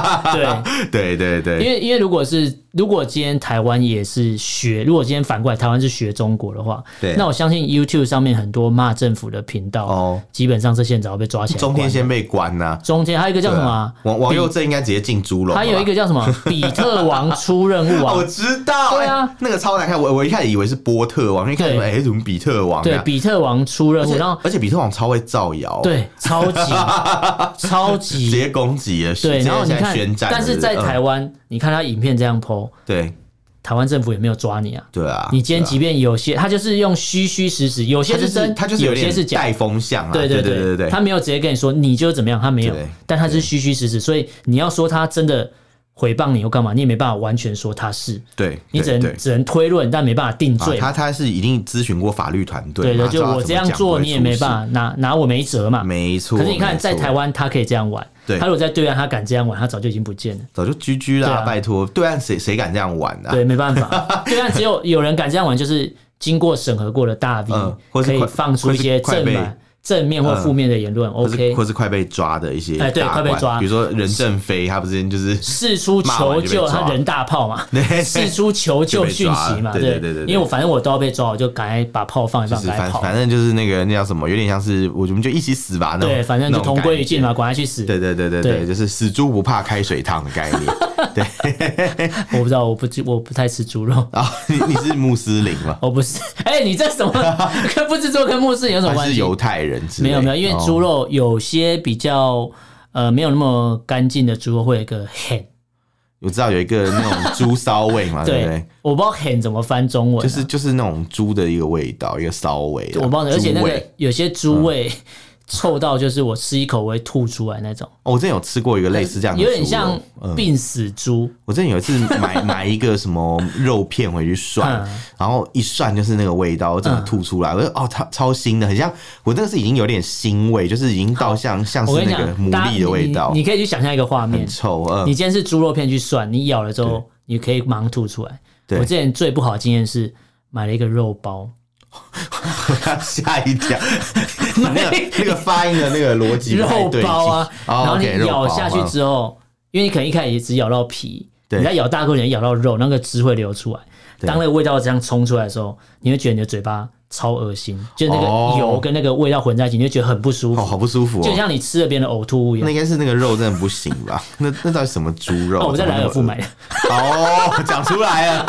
Speaker 1: 对，
Speaker 2: 对对对，
Speaker 1: 因为因为如果是如果今天台湾也是学，如果今天反过来台湾是学中国的话，
Speaker 2: 对
Speaker 1: 那我相信 YouTube 上面很多骂政府的频道，
Speaker 2: 哦
Speaker 1: 基本上这些人早就被抓起来关
Speaker 2: 中
Speaker 1: 了。
Speaker 2: 天先被关呐、
Speaker 1: 中天还有一个叫
Speaker 2: 对
Speaker 1: 什
Speaker 2: 啊
Speaker 1: 么啊？
Speaker 2: 王王佑正应该直接进猪笼了吧。
Speaker 1: 还有一个叫什 么？比特王出任务
Speaker 2: 哦，
Speaker 1: 啊
Speaker 2: 啊 我！知道，
Speaker 1: 对啊
Speaker 2: 哎那个超难看。我我一开始以为是波特王，因为看什么，
Speaker 1: 对
Speaker 2: 哎，怎么比特王啊？
Speaker 1: 对，比特王出任
Speaker 2: 而
Speaker 1: 务，
Speaker 2: 且
Speaker 1: 然后
Speaker 2: 而且比特王超会造谣，，
Speaker 1: 对，超级 超
Speaker 2: 直
Speaker 1: 级
Speaker 2: 接攻击了，
Speaker 1: 对，
Speaker 2: 直接
Speaker 1: 然后你
Speaker 2: 现在
Speaker 1: 看
Speaker 2: 宣，战了，
Speaker 1: 但是在
Speaker 2: 嗯
Speaker 1: 台湾，你看他影片这样 PO，
Speaker 2: 对
Speaker 1: 台湾政府也没有抓你啊。
Speaker 2: 对啊，
Speaker 1: 你今天
Speaker 2: 对啊
Speaker 1: 即便有些，他就是用虚虚实实，有些
Speaker 2: 他就是
Speaker 1: 真，
Speaker 2: 他就是
Speaker 1: 有
Speaker 2: 点
Speaker 1: 些是假
Speaker 2: 带。风向啊，
Speaker 1: 对
Speaker 2: 对
Speaker 1: 对
Speaker 2: 对
Speaker 1: 他没有直接跟你说你就怎么样，他没有
Speaker 2: 对，
Speaker 1: 但他是虚虚实实，所以你要说他真的诽谤你又干嘛，你也没办法完全说他是，
Speaker 2: 对，
Speaker 1: 你只
Speaker 2: 对对
Speaker 1: 能只能推论，但没办法定
Speaker 2: 啊
Speaker 1: 罪嘛。
Speaker 2: 他他是一定咨询过法律团
Speaker 1: 对
Speaker 2: 队嘛，
Speaker 1: 的，就
Speaker 2: 知道他
Speaker 1: 我
Speaker 2: 怎
Speaker 1: 这
Speaker 2: 么
Speaker 1: 样
Speaker 2: 讲
Speaker 1: 做
Speaker 2: 不会
Speaker 1: 你也
Speaker 2: 出
Speaker 1: 没
Speaker 2: 事
Speaker 1: 办法拿拿我没辙嘛。
Speaker 2: 没错。
Speaker 1: 可是你看，
Speaker 2: 没
Speaker 1: 在
Speaker 2: 错
Speaker 1: 台湾他可以这样玩，
Speaker 2: 对
Speaker 1: 他如果在对岸他敢这样玩，他早就已经不见了。
Speaker 2: 早就居居
Speaker 1: 对
Speaker 2: 啦，
Speaker 1: 啊
Speaker 2: 拜托，对岸谁谁敢这样玩啊？
Speaker 1: 对，没办法，对岸只有有人敢这样玩，就是经过审核过的大 V，、
Speaker 2: 嗯或是
Speaker 1: 可以
Speaker 2: 快
Speaker 1: 放出一些
Speaker 2: 或是
Speaker 1: 正
Speaker 2: 快被嗯
Speaker 1: 满、正面或负面的言论。
Speaker 2: 或是
Speaker 1: OK，
Speaker 2: 或是快被抓的一些
Speaker 1: 哎对
Speaker 2: 大
Speaker 1: 快被
Speaker 2: 官
Speaker 1: 抓
Speaker 2: 比如说任正非，他不是就是
Speaker 1: 事出
Speaker 2: 骂
Speaker 1: 求
Speaker 2: 完就被
Speaker 1: 救，
Speaker 2: 抓
Speaker 1: 他人大炮 嘛，事出求救
Speaker 2: 就被
Speaker 1: 讯
Speaker 2: 抓
Speaker 1: 息嘛，
Speaker 2: 了对
Speaker 1: 对
Speaker 2: 对对对对
Speaker 1: 因为我反正我都要被抓，我就赶快把炮放一
Speaker 2: 就
Speaker 1: 放，
Speaker 2: 是
Speaker 1: 赶快
Speaker 2: 反
Speaker 1: 跑。
Speaker 2: 反正就是那个那叫什么，有点像是我们就一起死吧，那种
Speaker 1: 对，反正就同归于尽。
Speaker 2: 那
Speaker 1: 嘛，
Speaker 2: 种感觉
Speaker 1: 管他去死。
Speaker 2: 对对对对
Speaker 1: 对
Speaker 2: 对，就是死猪不怕开水烫的概念
Speaker 1: 我不知道，我不知我不太吃猪肉。
Speaker 2: 啊！你你是穆斯林吗？
Speaker 1: 我不是， 哎、你这什么跟不知做跟穆斯哦林有什么
Speaker 2: 还
Speaker 1: 关
Speaker 2: 是
Speaker 1: 系？
Speaker 2: 犹太人之类？
Speaker 1: 没有没有，因为
Speaker 2: 哦
Speaker 1: 猪肉有些比较呃没有那么干净的猪肉会有一个 hen，
Speaker 2: 我知道有一个那种猪骚味 嘛，对不对
Speaker 1: 对？，我不知道 hen 怎么翻中文啊、
Speaker 2: 就是就是那种猪的一个味道，一个骚味啊。
Speaker 1: 我不知道，而且那
Speaker 2: 猪
Speaker 1: 个
Speaker 2: 味嗯
Speaker 1: 有些猪味、臭到就是我吃一口我会吐出来那种，
Speaker 2: 哦，我之前有吃过一个类似这样的猪
Speaker 1: 有
Speaker 2: 肉，
Speaker 1: 点像
Speaker 2: 嗯
Speaker 1: 病死猪。
Speaker 2: 我之前有一次 买买一个什么肉片回去涮
Speaker 1: 嗯，
Speaker 2: 然后一涮就是那个味道，我整个吐出来。我就哦，它超腥的，很像我那个是已经有点腥味，就是已经到像像
Speaker 1: 我跟
Speaker 2: 是
Speaker 1: 你
Speaker 2: 那个
Speaker 1: 讲，
Speaker 2: 牡
Speaker 1: 大家
Speaker 2: 蛎的味道
Speaker 1: 你你，你可以去想象一个画面
Speaker 2: 很，臭。嗯
Speaker 1: 你，今天是猪肉片去涮，你咬了之后你可以马上吐出来。
Speaker 2: 对
Speaker 1: 我之前最不好的经验是买了一个肉包，
Speaker 2: 吓一跳，你那个那个发音的那个逻辑不太
Speaker 1: 肉
Speaker 2: 对劲
Speaker 1: 包啊，
Speaker 2: 哦
Speaker 1: 然后你
Speaker 2: OK，肉
Speaker 1: 咬
Speaker 2: 包
Speaker 1: 下去
Speaker 2: 嗯
Speaker 1: 之后，因为你可能一开始也只咬到皮，
Speaker 2: 对
Speaker 1: 你再咬大口点咬到肉，那个汁会流出来。
Speaker 2: 对
Speaker 1: 当那个味道这样冲出来的时候，你会觉得你的嘴巴超恶心，就是那
Speaker 2: 哦
Speaker 1: 个油跟那个味道混在一起，你会觉得很不舒
Speaker 2: 哦，好
Speaker 1: 服，
Speaker 2: 不舒服
Speaker 1: 就
Speaker 2: 哦。
Speaker 1: 像你吃了别人的呕吐物一
Speaker 2: 那
Speaker 1: 样。
Speaker 2: 应该是那个肉真的不行吧？ 那那到底什么猪肉？
Speaker 1: 哦，我在
Speaker 2: 怎么
Speaker 1: 莱
Speaker 2: 那
Speaker 1: 尔
Speaker 2: 么
Speaker 1: 富买的。
Speaker 2: 哦，讲出来了。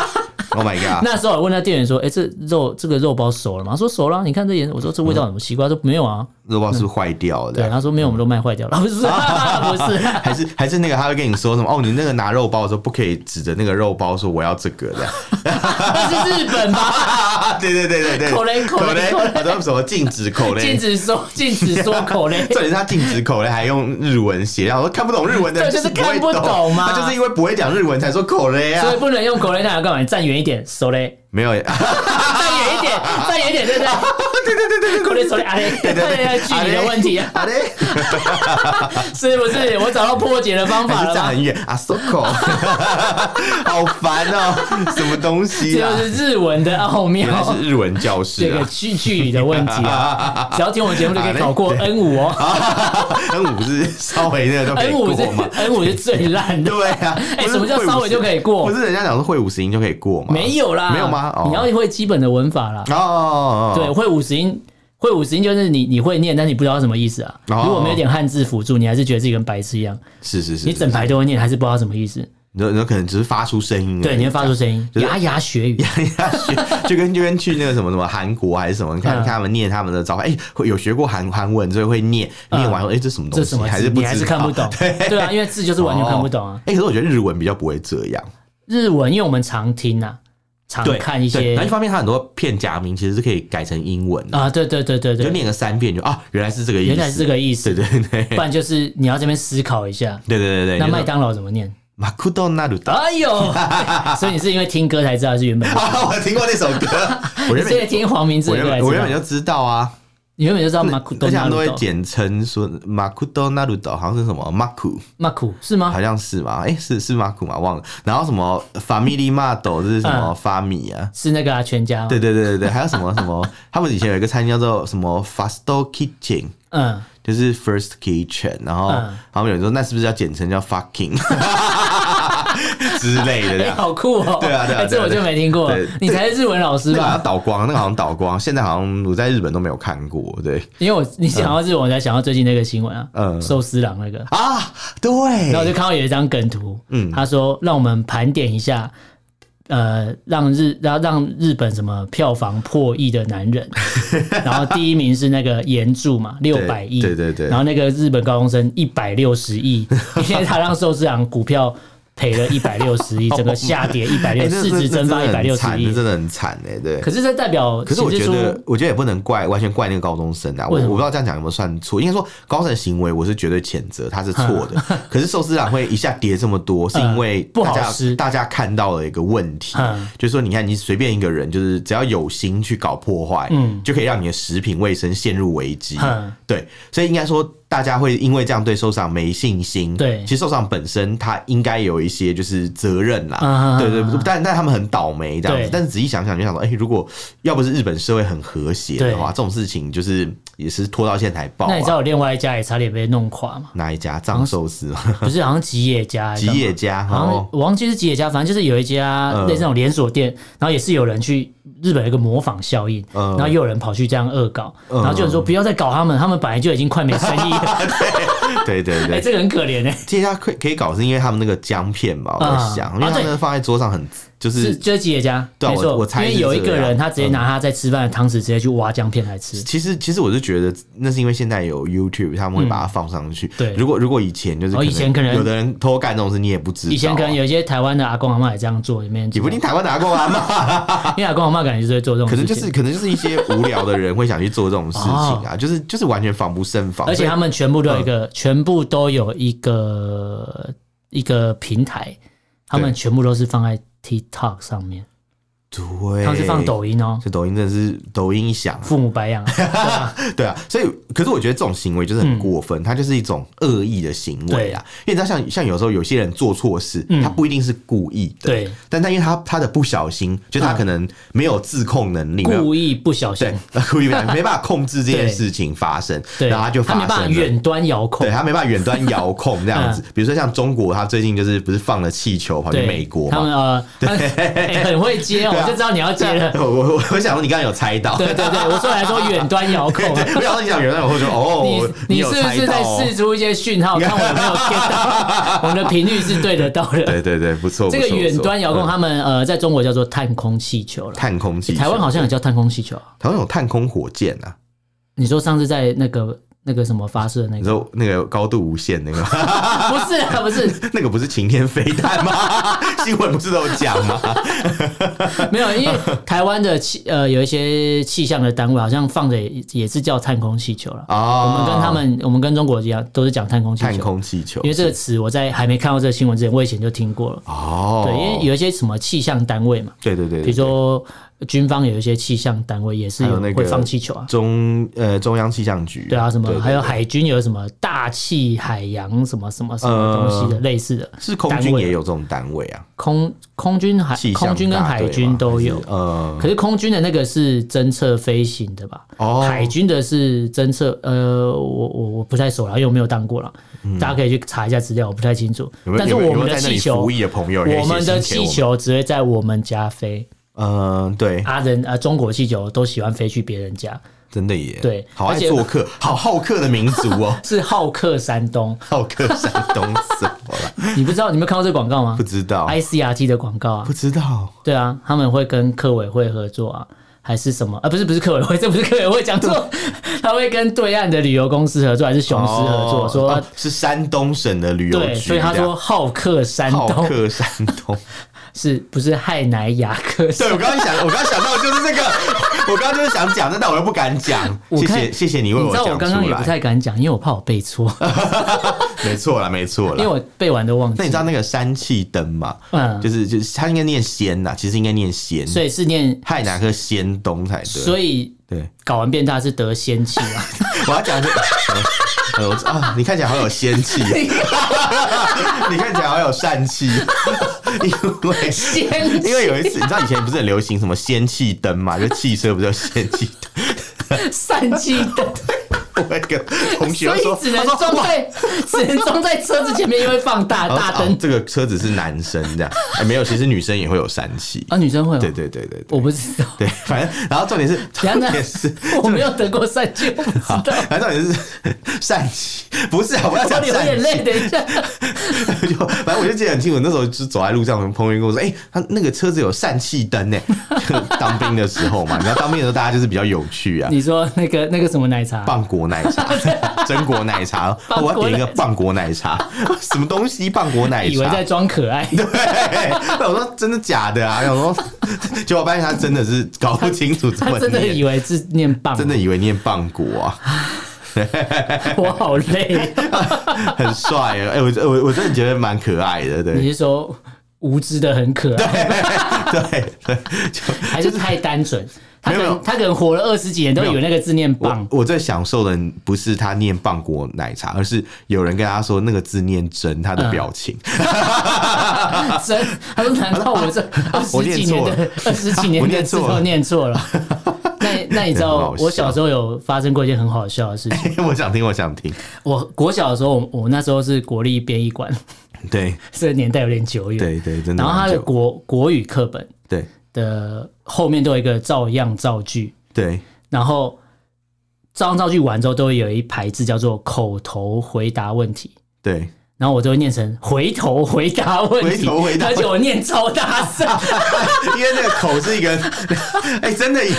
Speaker 2: Oh my god！
Speaker 1: 那时候我问那店员说：“哎、这肉这个肉包熟了吗？”他说：“熟了啊。”你看这颜，我说这味道很奇怪。他说：“没有啊。
Speaker 2: 肉包是不是坏掉”
Speaker 1: 对，啊
Speaker 2: 的，
Speaker 1: 他说：“没有，我们都卖坏掉了。”不是，啊 不是。
Speaker 2: 还是还是那个他会跟你说什么？哦，你那个拿肉包的时候不可以指着那个肉包说我要这个的。
Speaker 1: 那是日本吧？
Speaker 2: 对对对对对，
Speaker 1: 口雷口雷口雷
Speaker 2: 好像什么禁止口
Speaker 1: 禁
Speaker 2: 雷。
Speaker 1: 止说禁止说口嘞。
Speaker 2: 重点是他禁止口雷，还用日文写，然后我说看不懂日文的人
Speaker 1: 这就是
Speaker 2: 不会
Speaker 1: 看不懂嘛
Speaker 2: 他就是因为不会讲日文才说口雷啊
Speaker 1: 所以。不能用口雷那要干嘛？你站远一点，手嘞，
Speaker 2: 没有，
Speaker 1: 站
Speaker 2: 啊
Speaker 1: 远一点， 站远一点，对不对？对对对 对，口雷手嘞，啊嘞，对对， 距离的问题啊，
Speaker 2: 嘞，
Speaker 1: 是不是？我找到破解的方
Speaker 2: 还
Speaker 1: 法
Speaker 2: 是
Speaker 1: 了
Speaker 2: 站
Speaker 1: 吗？
Speaker 2: 很远啊，soko，好烦哦，什么东
Speaker 1: 这
Speaker 2: 西啊
Speaker 1: 就？是日文的奥妙
Speaker 2: 原，来是日文教室
Speaker 1: 这
Speaker 2: 啊
Speaker 1: 个。距距离的问题啊。只要听我们节目就可以考过 N 五哦
Speaker 2: 啊 N 五是稍微那个都可以
Speaker 1: ，N 五是
Speaker 2: 过嘛？
Speaker 1: N 五是最烂的。
Speaker 2: 对啊，
Speaker 1: 哎
Speaker 2: 不是
Speaker 1: 什么叫
Speaker 2: 会五
Speaker 1: 稍微
Speaker 2: 十
Speaker 1: 就可以过
Speaker 2: 不是人家讲说会五十音就可以过吗？
Speaker 1: 没有啦，
Speaker 2: 没有吗？哦
Speaker 1: 你要会基本的文法啦。
Speaker 2: 哦哦，哦
Speaker 1: 对，，会五十音，会五十音就是你你会念，但你不知道什么意思啊。
Speaker 2: 哦
Speaker 1: 如果没有一点汉字辅助，你还是觉得自己跟白痴一样。
Speaker 2: 是是是，
Speaker 1: 你整排都会念，还是不知道什么意思。
Speaker 2: 你有可能只是发出声音而已，
Speaker 1: 对，你会发出声音，
Speaker 2: 嗯就是
Speaker 1: 牙牙学语。
Speaker 2: 就跟就跟去那个什么什么韩国还是什么，你看
Speaker 1: 嗯
Speaker 2: 看他们念他们的招牌，哎，会有学过韩韩文，所以会念
Speaker 1: 嗯
Speaker 2: 念完，哎，这什么
Speaker 1: 这
Speaker 2: 东
Speaker 1: 什
Speaker 2: 西？
Speaker 1: 么
Speaker 2: 还
Speaker 1: 字？
Speaker 2: 是不
Speaker 1: 你
Speaker 2: 知
Speaker 1: 还是看不
Speaker 2: 道
Speaker 1: 懂，对啊，因为字就是完全看不懂啊。
Speaker 2: 哎，可是我觉得日文比较不会这样，
Speaker 1: 日文，因为我们常听啊，常
Speaker 2: 对，
Speaker 1: 看一
Speaker 2: 对
Speaker 1: 些
Speaker 2: 然后一方面它很多片假名其实是可以改成英文的，
Speaker 1: 啊，对对对对
Speaker 2: 就
Speaker 1: 对，
Speaker 2: 念个三遍就啊，原来是这个意思，
Speaker 1: 原来是这个意思
Speaker 2: 对，对对哎
Speaker 1: 不然就是你要这边思考一下，
Speaker 2: 对对对对，
Speaker 1: 那麦当劳怎么 念？
Speaker 2: 马库多纳鲁达，
Speaker 1: 哎呦， 所以你是因为听歌才知道是原本 的，
Speaker 2: 啊我听过那首歌， 我
Speaker 1: 你
Speaker 2: 原
Speaker 1: 是因为
Speaker 2: 本
Speaker 1: 听黄明志
Speaker 2: 我
Speaker 1: 的
Speaker 2: 原
Speaker 1: 歌才
Speaker 2: 本
Speaker 1: 知
Speaker 2: 我原本
Speaker 1: 道，
Speaker 2: 就知道啊，
Speaker 1: 你原本就知道马库
Speaker 2: 而
Speaker 1: 多
Speaker 2: 且他
Speaker 1: 纳
Speaker 2: 们都
Speaker 1: 鲁
Speaker 2: 会
Speaker 1: 多
Speaker 2: 简称说马库多纳鲁岛，好像是什么马库，
Speaker 1: 马库是吗
Speaker 2: 好？像是吧？哎、是是马库嘛，忘了。然后什么 Family Mart 是什么 f a m i 啊？
Speaker 1: 是那个啊，全家吗
Speaker 2: 对，对对对对，还有什么 什么？他们以前有一个餐厅叫做什么 Fasto Kitchen。
Speaker 1: 嗯，
Speaker 2: 就是 first kitchen，然后
Speaker 1: 嗯
Speaker 2: 他们有人说那是不是要简称叫 fucking 之类的这
Speaker 1: 哎，
Speaker 2: 样？
Speaker 1: 好酷哦，
Speaker 2: 对啊对啊
Speaker 1: 哎这我
Speaker 2: 对
Speaker 1: 就
Speaker 2: 啊
Speaker 1: 没听过
Speaker 2: 对，
Speaker 1: 你才是日文老师
Speaker 2: 那个好
Speaker 1: 吧
Speaker 2: 像？倒光，那个好像倒光，现在好像我在日本都没有看过。对
Speaker 1: 因为我你想到日文，我才想到最近那个新闻啊，
Speaker 2: 嗯
Speaker 1: 寿司郎那个，
Speaker 2: 啊，对，
Speaker 1: 然后我就看到有一张梗图，嗯，他说让我们盘点一下，呃，让日让让日本什么票房破亿的男 人，然后第一名是那个岩柱嘛，六百亿，
Speaker 2: 对对对
Speaker 1: 然后那个日本高中生一百六十亿，因为他让寿司郎股票。赔了一百六 十亿，整个下跌一百
Speaker 2: 哎
Speaker 1: 六，
Speaker 2: 那
Speaker 1: 市值蒸发一百六十
Speaker 2: 很惨，
Speaker 1: 亿
Speaker 2: 那。真的很惨哎、对。
Speaker 1: 可是这代表，
Speaker 2: 可是我
Speaker 1: 其实
Speaker 2: 觉
Speaker 1: 说
Speaker 2: 得，哦我觉得也不能怪，完全怪那个高中生啊。我
Speaker 1: 为
Speaker 2: 我
Speaker 1: 什么
Speaker 2: 不知道这样讲有没有算错，应该说高中生的行为我是绝对谴责，他是错 的。可是寿司郎会一下跌这么多，是因为
Speaker 1: 嗯不
Speaker 2: 大
Speaker 1: 好
Speaker 2: 家
Speaker 1: 吃
Speaker 2: 大家看到了一个问题
Speaker 1: 嗯，
Speaker 2: 就是说你看你随便一个人，就是只要有心去搞破坏，
Speaker 1: 嗯
Speaker 2: 就可以让你的食品卫生陷入危机
Speaker 1: 嗯。
Speaker 2: 对，所以应该说。大家会因为这样对寿司郎没信心，
Speaker 1: 对
Speaker 2: 其实寿司郎本身他应该有一些就是责任啦，
Speaker 1: 嗯嗯嗯
Speaker 2: 对对
Speaker 1: 嗯
Speaker 2: 对，但但他们很倒霉这样子
Speaker 1: 对，
Speaker 2: 但是仔细想想就想说，哎、如果要不是日本社会很和谐的话，这种事情就是也是拖到现在才爆、
Speaker 1: 那你知
Speaker 2: 啊。
Speaker 1: 道我另外一家也差点被弄垮吗？
Speaker 2: 哪一家藏寿司吗？
Speaker 1: 不是，好像吉野家还是
Speaker 2: 吉
Speaker 1: 干嘛，
Speaker 2: 野家
Speaker 1: 好像
Speaker 2: 哦，
Speaker 1: 我忘记是吉野家，反正就是有一家
Speaker 2: 嗯
Speaker 1: 类似那种连锁店，然后也是有人去日本有一个模仿效应，
Speaker 2: 嗯
Speaker 1: 然后也有人跑去这样恶搞，
Speaker 2: 嗯
Speaker 1: 然后就有人说不要再搞他们，他们本来就已经快没生意了，
Speaker 2: 对对
Speaker 1: 哎，
Speaker 2: 对，
Speaker 1: 这个很可怜哎，
Speaker 2: 吉野家可以可以搞是因为他们那个姜片吧，我在想，
Speaker 1: 啊
Speaker 2: 因为他
Speaker 1: 啊
Speaker 2: 们放在桌上很就是
Speaker 1: 是就是吉野家，
Speaker 2: 对啊
Speaker 1: 没错
Speaker 2: 我我，猜
Speaker 1: 因为
Speaker 2: 是
Speaker 1: 有一
Speaker 2: 这
Speaker 1: 个
Speaker 2: 样
Speaker 1: 人他直接拿他在吃饭的汤匙直接去挖姜片来吃，
Speaker 2: 其实，其实我是觉得，那是因为现在有 YouTube，他们会把它放上去。
Speaker 1: 嗯对
Speaker 2: 如果如果以前就是
Speaker 1: 哦
Speaker 2: 可能
Speaker 1: 以前可能
Speaker 2: 有的人偷干这种事，你也不知道啊。
Speaker 1: 以前可能有一些台湾的阿公阿妈也这样做，里面
Speaker 2: 也不一定台湾打 过啊嘛，
Speaker 1: 因为阿公阿妈感觉就是会做这种
Speaker 2: 可
Speaker 1: 事
Speaker 2: 能
Speaker 1: 情，
Speaker 2: 就是可能就是一些无聊的人会想去做这种事情 啊，就是就是完全防不胜防。
Speaker 1: 哦而且他
Speaker 2: 们
Speaker 1: 们全部都有一
Speaker 2: 嗯
Speaker 1: 个，全部都有一个一个平台，他们全部都是放在 TikTok 上面，
Speaker 2: 对，
Speaker 1: 他们是放，抖音哦，
Speaker 2: 这抖音真的是抖音响 啊，
Speaker 1: 父母白养啊，对啊
Speaker 2: 对啊。所以，可是我觉得这种行为就是很过
Speaker 1: 嗯
Speaker 2: 分，它就是一种恶意的行为啊。因为你知道像，像有时候有些人做错事，
Speaker 1: 嗯
Speaker 2: 他不一定是故意的，
Speaker 1: 对，
Speaker 2: 但但因为他他的不小心，就他
Speaker 1: 嗯
Speaker 2: 可能没有自控能力，没有
Speaker 1: 故意不小心
Speaker 2: 对，， 故意没办法没办法控制这件
Speaker 1: 对
Speaker 2: 事情发生，
Speaker 1: 对，
Speaker 2: 然后他就
Speaker 1: 他
Speaker 2: 发
Speaker 1: 没办法
Speaker 2: 生了。
Speaker 1: 远端遥控嗯
Speaker 2: 对，他没办法远端遥控这样子。比如说像中国，他最近就是不是放了气球跑去
Speaker 1: 对，
Speaker 2: 美国
Speaker 1: 他
Speaker 2: 嘛？
Speaker 1: 们呃，他们 哎很会接哦，
Speaker 2: 对啊
Speaker 1: 我就知道你要接了
Speaker 2: 对，我我我想说你刚刚有猜到，
Speaker 1: 对对对，我说来说远端遥控啊
Speaker 2: 对，。对，我想说你想远端遥控，就哦，
Speaker 1: 你
Speaker 2: 有
Speaker 1: 是不
Speaker 2: 猜
Speaker 1: 是
Speaker 2: 到
Speaker 1: 在
Speaker 2: 哦
Speaker 1: 试出一些讯 号，看我有没有 get 到？我们的频率是对得到的。
Speaker 2: 对对对，不错，
Speaker 1: 这个
Speaker 2: 不错
Speaker 1: 远端遥控，
Speaker 2: 不错
Speaker 1: 他们呃，在中国叫做探空气球了。
Speaker 2: 探空气球，
Speaker 1: 台湾好像也叫探空气球啊。
Speaker 2: 台湾有探空火箭啊，
Speaker 1: 你说上次在那个那个什么发射那
Speaker 2: 你
Speaker 1: 个，
Speaker 2: 说那个高度无限那个，
Speaker 1: 不是啊，不是，
Speaker 2: 那个不是晴天飞弹吗？ 新闻不是都有讲吗？
Speaker 1: 没有，因为台湾的气呃有一些气象的单位好像放的也也是叫探空气球了。 我
Speaker 2: 啊，
Speaker 1: 们跟他们，我们跟中国一样，都是讲探空气
Speaker 2: 探
Speaker 1: 球。
Speaker 2: 空气球，
Speaker 1: 因为这个词，我在还没看到这个新闻之前，我以前就听过了。
Speaker 2: 哦，
Speaker 1: 对，因为有一些什么气象单位嘛，
Speaker 2: 对对对，
Speaker 1: 比如说军方有一些气象单位也是
Speaker 2: 还
Speaker 1: 有
Speaker 2: 有那个
Speaker 1: 会放气球啊。
Speaker 2: 中呃中央气象局，
Speaker 1: 对啊，什么
Speaker 2: 对对
Speaker 1: 还有海军有什么大气海洋什么什么什么东西的、
Speaker 2: 呃
Speaker 1: 类似的，
Speaker 2: 是空
Speaker 1: 单
Speaker 2: 军
Speaker 1: 位
Speaker 2: 也有这种单位啊，
Speaker 1: 空空军海
Speaker 2: 气象
Speaker 1: 空军跟
Speaker 2: 大队
Speaker 1: 海
Speaker 2: 嘛
Speaker 1: 军都有
Speaker 2: 还是，呃，
Speaker 1: 可是空军的那个是侦测飞行的吧？
Speaker 2: 哦
Speaker 1: 海军的是侦测，呃，我我我不太熟了，因为我没有当过了，大家可以去查一下资料，我不太清楚。
Speaker 2: 嗯有没有
Speaker 1: 但是
Speaker 2: 有没有
Speaker 1: 我们
Speaker 2: 有没有
Speaker 1: 的
Speaker 2: 在那里
Speaker 1: 气球
Speaker 2: 服，役的朋友，
Speaker 1: 我们的气，球只会在我们家飞，
Speaker 2: 嗯，对，
Speaker 1: 啊人啊中国气球都喜欢飞去别人家，
Speaker 2: 真的耶，
Speaker 1: 对
Speaker 2: 好
Speaker 1: 而
Speaker 2: 爱
Speaker 1: 且，
Speaker 2: 做客，好好客的民族哦
Speaker 1: 是好客山东，
Speaker 2: 好客山东什么了？
Speaker 1: 你不知道你没有看到这个广告吗
Speaker 2: 不 知道，
Speaker 1: ？ICRT 的广告啊
Speaker 2: 不，知道，
Speaker 1: 对啊，他们会跟客委会合作啊，还是什么？啊，不是不是客委会，这不是客委会讲 错，他会跟对岸的旅游公司合作，还是雄狮合作？
Speaker 2: 哦
Speaker 1: 说、
Speaker 2: 哦是山东省的旅游
Speaker 1: 对，
Speaker 2: 局，
Speaker 1: 所以他
Speaker 2: 这样
Speaker 1: 说好客山
Speaker 2: 好
Speaker 1: 东
Speaker 2: 客山 东。
Speaker 1: 是不是害奶雅克山？
Speaker 2: 对，我刚刚想，我刚刚想到就是这个， 我刚刚就是想讲，但但我又不敢讲。
Speaker 1: 我
Speaker 2: 谢
Speaker 1: 看
Speaker 2: 谢谢谢你为
Speaker 1: 你知道
Speaker 2: 讲
Speaker 1: 我刚刚
Speaker 2: 出
Speaker 1: 也不
Speaker 2: 来，
Speaker 1: 太敢讲，因为我怕我背错，
Speaker 2: 没错啦，没错
Speaker 1: 因为
Speaker 2: 啦。
Speaker 1: 我背完都忘
Speaker 2: 那你
Speaker 1: 记
Speaker 2: 知。道那个山气灯嘛？
Speaker 1: 嗯
Speaker 2: 就是就是，它应该念仙呐，其实应该念仙，
Speaker 1: 所以是念，
Speaker 2: 太哪颗仙东才对。
Speaker 1: 所以
Speaker 2: 对，
Speaker 1: 搞完变大是得仙气 啊。
Speaker 2: 我要讲的是。哎我啊，你看起来好有仙气、 啊，你看起来好有善气， 因为
Speaker 1: 仙气
Speaker 2: 因为有一次，你知道以前不是很流行什么仙气灯嘛？就汽车不是有仙气灯？
Speaker 1: 散气 灯，
Speaker 2: 我一个同学
Speaker 1: 所
Speaker 2: 说，
Speaker 1: 以只能
Speaker 2: 他说
Speaker 1: 装
Speaker 2: 哇
Speaker 1: 在只能装在车子前面，因为放大
Speaker 2: 然后
Speaker 1: 大
Speaker 2: 说
Speaker 1: 灯
Speaker 2: 哦这个车子是男生这样，哎没有，其实女生也会有疝气。
Speaker 1: 啊，女生会哦
Speaker 2: 对对对对对
Speaker 1: 我不知道，
Speaker 2: 对，反正然后重点是，
Speaker 1: 下
Speaker 2: 重点是，
Speaker 1: 我没有得过疝 气，我不知道。
Speaker 2: 反正重点是 疝气，不是啊，我要
Speaker 1: 我
Speaker 2: 讲
Speaker 1: 流眼
Speaker 2: 疝
Speaker 1: 泪，
Speaker 2: 气。
Speaker 1: 等一下，
Speaker 2: 就反正我就记得很清楚，那时候就走在路上，我们朋友跟我说，哎、他那个车子有疝气灯呢。就当兵的时候嘛，你知道当兵的时候大家就是比较有趣啊，
Speaker 1: 你说那个那个什么奶茶，
Speaker 2: 棒果奶 茶、榛果奶茶，
Speaker 1: 棒果
Speaker 2: 我要点一个
Speaker 1: 奶
Speaker 2: 棒果奶茶，什么东西？棒果奶
Speaker 1: 以为
Speaker 2: 茶
Speaker 1: 在。装可爱，
Speaker 2: 对，我说真的假的啊？然后我说，结果发现他真的是搞不清楚怎
Speaker 1: 他
Speaker 2: 么
Speaker 1: 真的
Speaker 2: 念
Speaker 1: 以为是念棒，
Speaker 2: 真的以为念棒果啊，
Speaker 1: 我好 累。
Speaker 2: 很帅啊！哎、我我我真的觉得蛮可爱的，对
Speaker 1: 你是说无知的很可爱，
Speaker 2: 对对，就
Speaker 1: 还是太单纯？他可
Speaker 2: 没有没
Speaker 1: 能
Speaker 2: 有
Speaker 1: 他可能活了二十几年都以为那个字念棒
Speaker 2: 我，我最享受的不是他念棒果奶茶，而是有人跟他说那个字念真，他的表情。
Speaker 1: 真他说难道我这二
Speaker 2: 啊
Speaker 1: 十
Speaker 2: 我念
Speaker 1: 几
Speaker 2: 错
Speaker 1: 年
Speaker 2: 了
Speaker 1: 的 二十几
Speaker 2: 我
Speaker 1: 年的
Speaker 2: 念
Speaker 1: 字
Speaker 2: 错了
Speaker 1: 都念错了？ 那那你知
Speaker 2: 很
Speaker 1: 道
Speaker 2: 好笑
Speaker 1: 我小时候有发生过一件很好笑的事情。
Speaker 2: 我想听，我想听。
Speaker 1: 我国小的时候，我我那时候是国立编译馆，
Speaker 2: 对
Speaker 1: 这个年代有点久远。
Speaker 2: 对对，真的
Speaker 1: 然后他
Speaker 2: 蛮
Speaker 1: 的
Speaker 2: 久。
Speaker 1: 国国语课本
Speaker 2: 对
Speaker 1: 的后面都有一个照样造句，
Speaker 2: 对
Speaker 1: 然后照样造句完之后，都会有一排字叫做口头回答问题。
Speaker 2: 对，
Speaker 1: 然后我就会念成回头回答问题，
Speaker 2: 回头回答
Speaker 1: 而且我念超大 声，
Speaker 2: 因为那个口是一个， 哎、真的耶。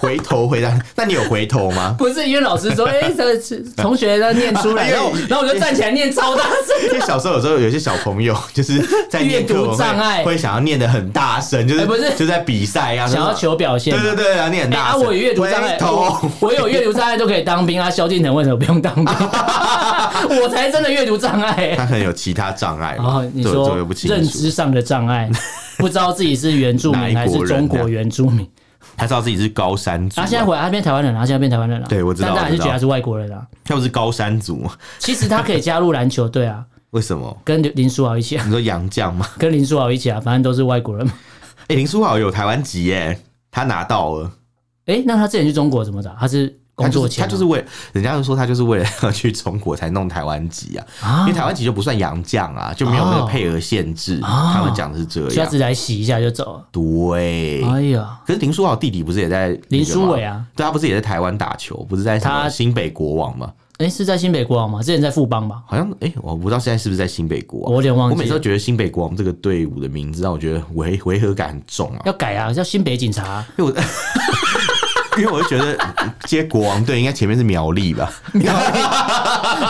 Speaker 2: 回头回答，那你有回头吗？
Speaker 1: 不是因为老师 说，哎、这同学他念出来，
Speaker 2: 哎呦
Speaker 1: 然后我然后我就站起来念超大 声，
Speaker 2: 因为小时候有时候有些小朋友就是在念课文
Speaker 1: 阅读障碍
Speaker 2: 会会想要念的很大声，就是、
Speaker 1: 哎不是
Speaker 2: 就在比赛啊，
Speaker 1: 想要
Speaker 2: 就是
Speaker 1: 求表现
Speaker 2: 对
Speaker 1: 嘛。
Speaker 2: 对对，然后念很
Speaker 1: 哎
Speaker 2: 大
Speaker 1: 啊，
Speaker 2: 声。
Speaker 1: 我有阅读障碍哦
Speaker 2: 回，头
Speaker 1: 我我有阅读障碍都可以当兵啊，萧敬腾为什么不用当 兵？ 我才真的阅读障碍、
Speaker 2: 他可能有其他障碍
Speaker 1: 然
Speaker 2: 吧，
Speaker 1: 后哦你
Speaker 2: 这这我
Speaker 1: 说
Speaker 2: 又不清
Speaker 1: 认
Speaker 2: 楚。
Speaker 1: 知上的障 碍，不知道自己是原住
Speaker 2: 哪
Speaker 1: 民
Speaker 2: 一
Speaker 1: 还是
Speaker 2: 国人啊
Speaker 1: 中
Speaker 2: 这
Speaker 1: 国
Speaker 2: 样
Speaker 1: 原住民，
Speaker 2: 他知道自己是高山族、
Speaker 1: 他
Speaker 2: 啊，
Speaker 1: 现在回来，他变台湾人了，他现在变台湾人了。
Speaker 2: 对我知道
Speaker 1: 但当然
Speaker 2: 我
Speaker 1: 是
Speaker 2: 知道
Speaker 1: 觉得他是外国人啊。
Speaker 2: 他不是高山族吗？
Speaker 1: 其实他可以加入篮球队啊，
Speaker 2: 为什么？
Speaker 1: 跟林林书豪一起啊，
Speaker 2: 你说杨绛吗？
Speaker 1: 跟林书豪一起啊，反正都是外国人嘛。
Speaker 2: 哎、林书豪有台湾籍耶，他拿到了。
Speaker 1: 哎、那他之前去中国怎么的？他是
Speaker 2: 他
Speaker 1: 工
Speaker 2: 就
Speaker 1: 作
Speaker 2: 是
Speaker 1: 前啊
Speaker 2: 他
Speaker 1: 吗、
Speaker 2: 就是为人家就说他就是为了要去中国才弄台湾籍啊，因为台湾籍就不算洋将啊，就没有那个配额限制。
Speaker 1: 哦
Speaker 2: 他们讲的是这
Speaker 1: 所以
Speaker 2: 样
Speaker 1: 他，只来洗一下就走了。
Speaker 2: 对。
Speaker 1: 哎呀，
Speaker 2: 可是林书豪弟弟不是也在那个吗
Speaker 1: 林书伟啊？
Speaker 2: 对，他不是也在台湾打球，不是在什么
Speaker 1: 他
Speaker 2: 新北国王吗？
Speaker 1: 哎、是在新北国王吗？之前在富邦吧？
Speaker 2: 好像哎、我不知道现在是不是在新北国
Speaker 1: 我
Speaker 2: 王。
Speaker 1: 有点忘
Speaker 2: 我
Speaker 1: 记了
Speaker 2: 每次都觉得新北国王这个队伍的名字让我觉得违违和感很重啊，
Speaker 1: 要改啊，叫新北警察、
Speaker 2: 因为我 因为我就觉得嗯接国王队应该前面是苗栗吧，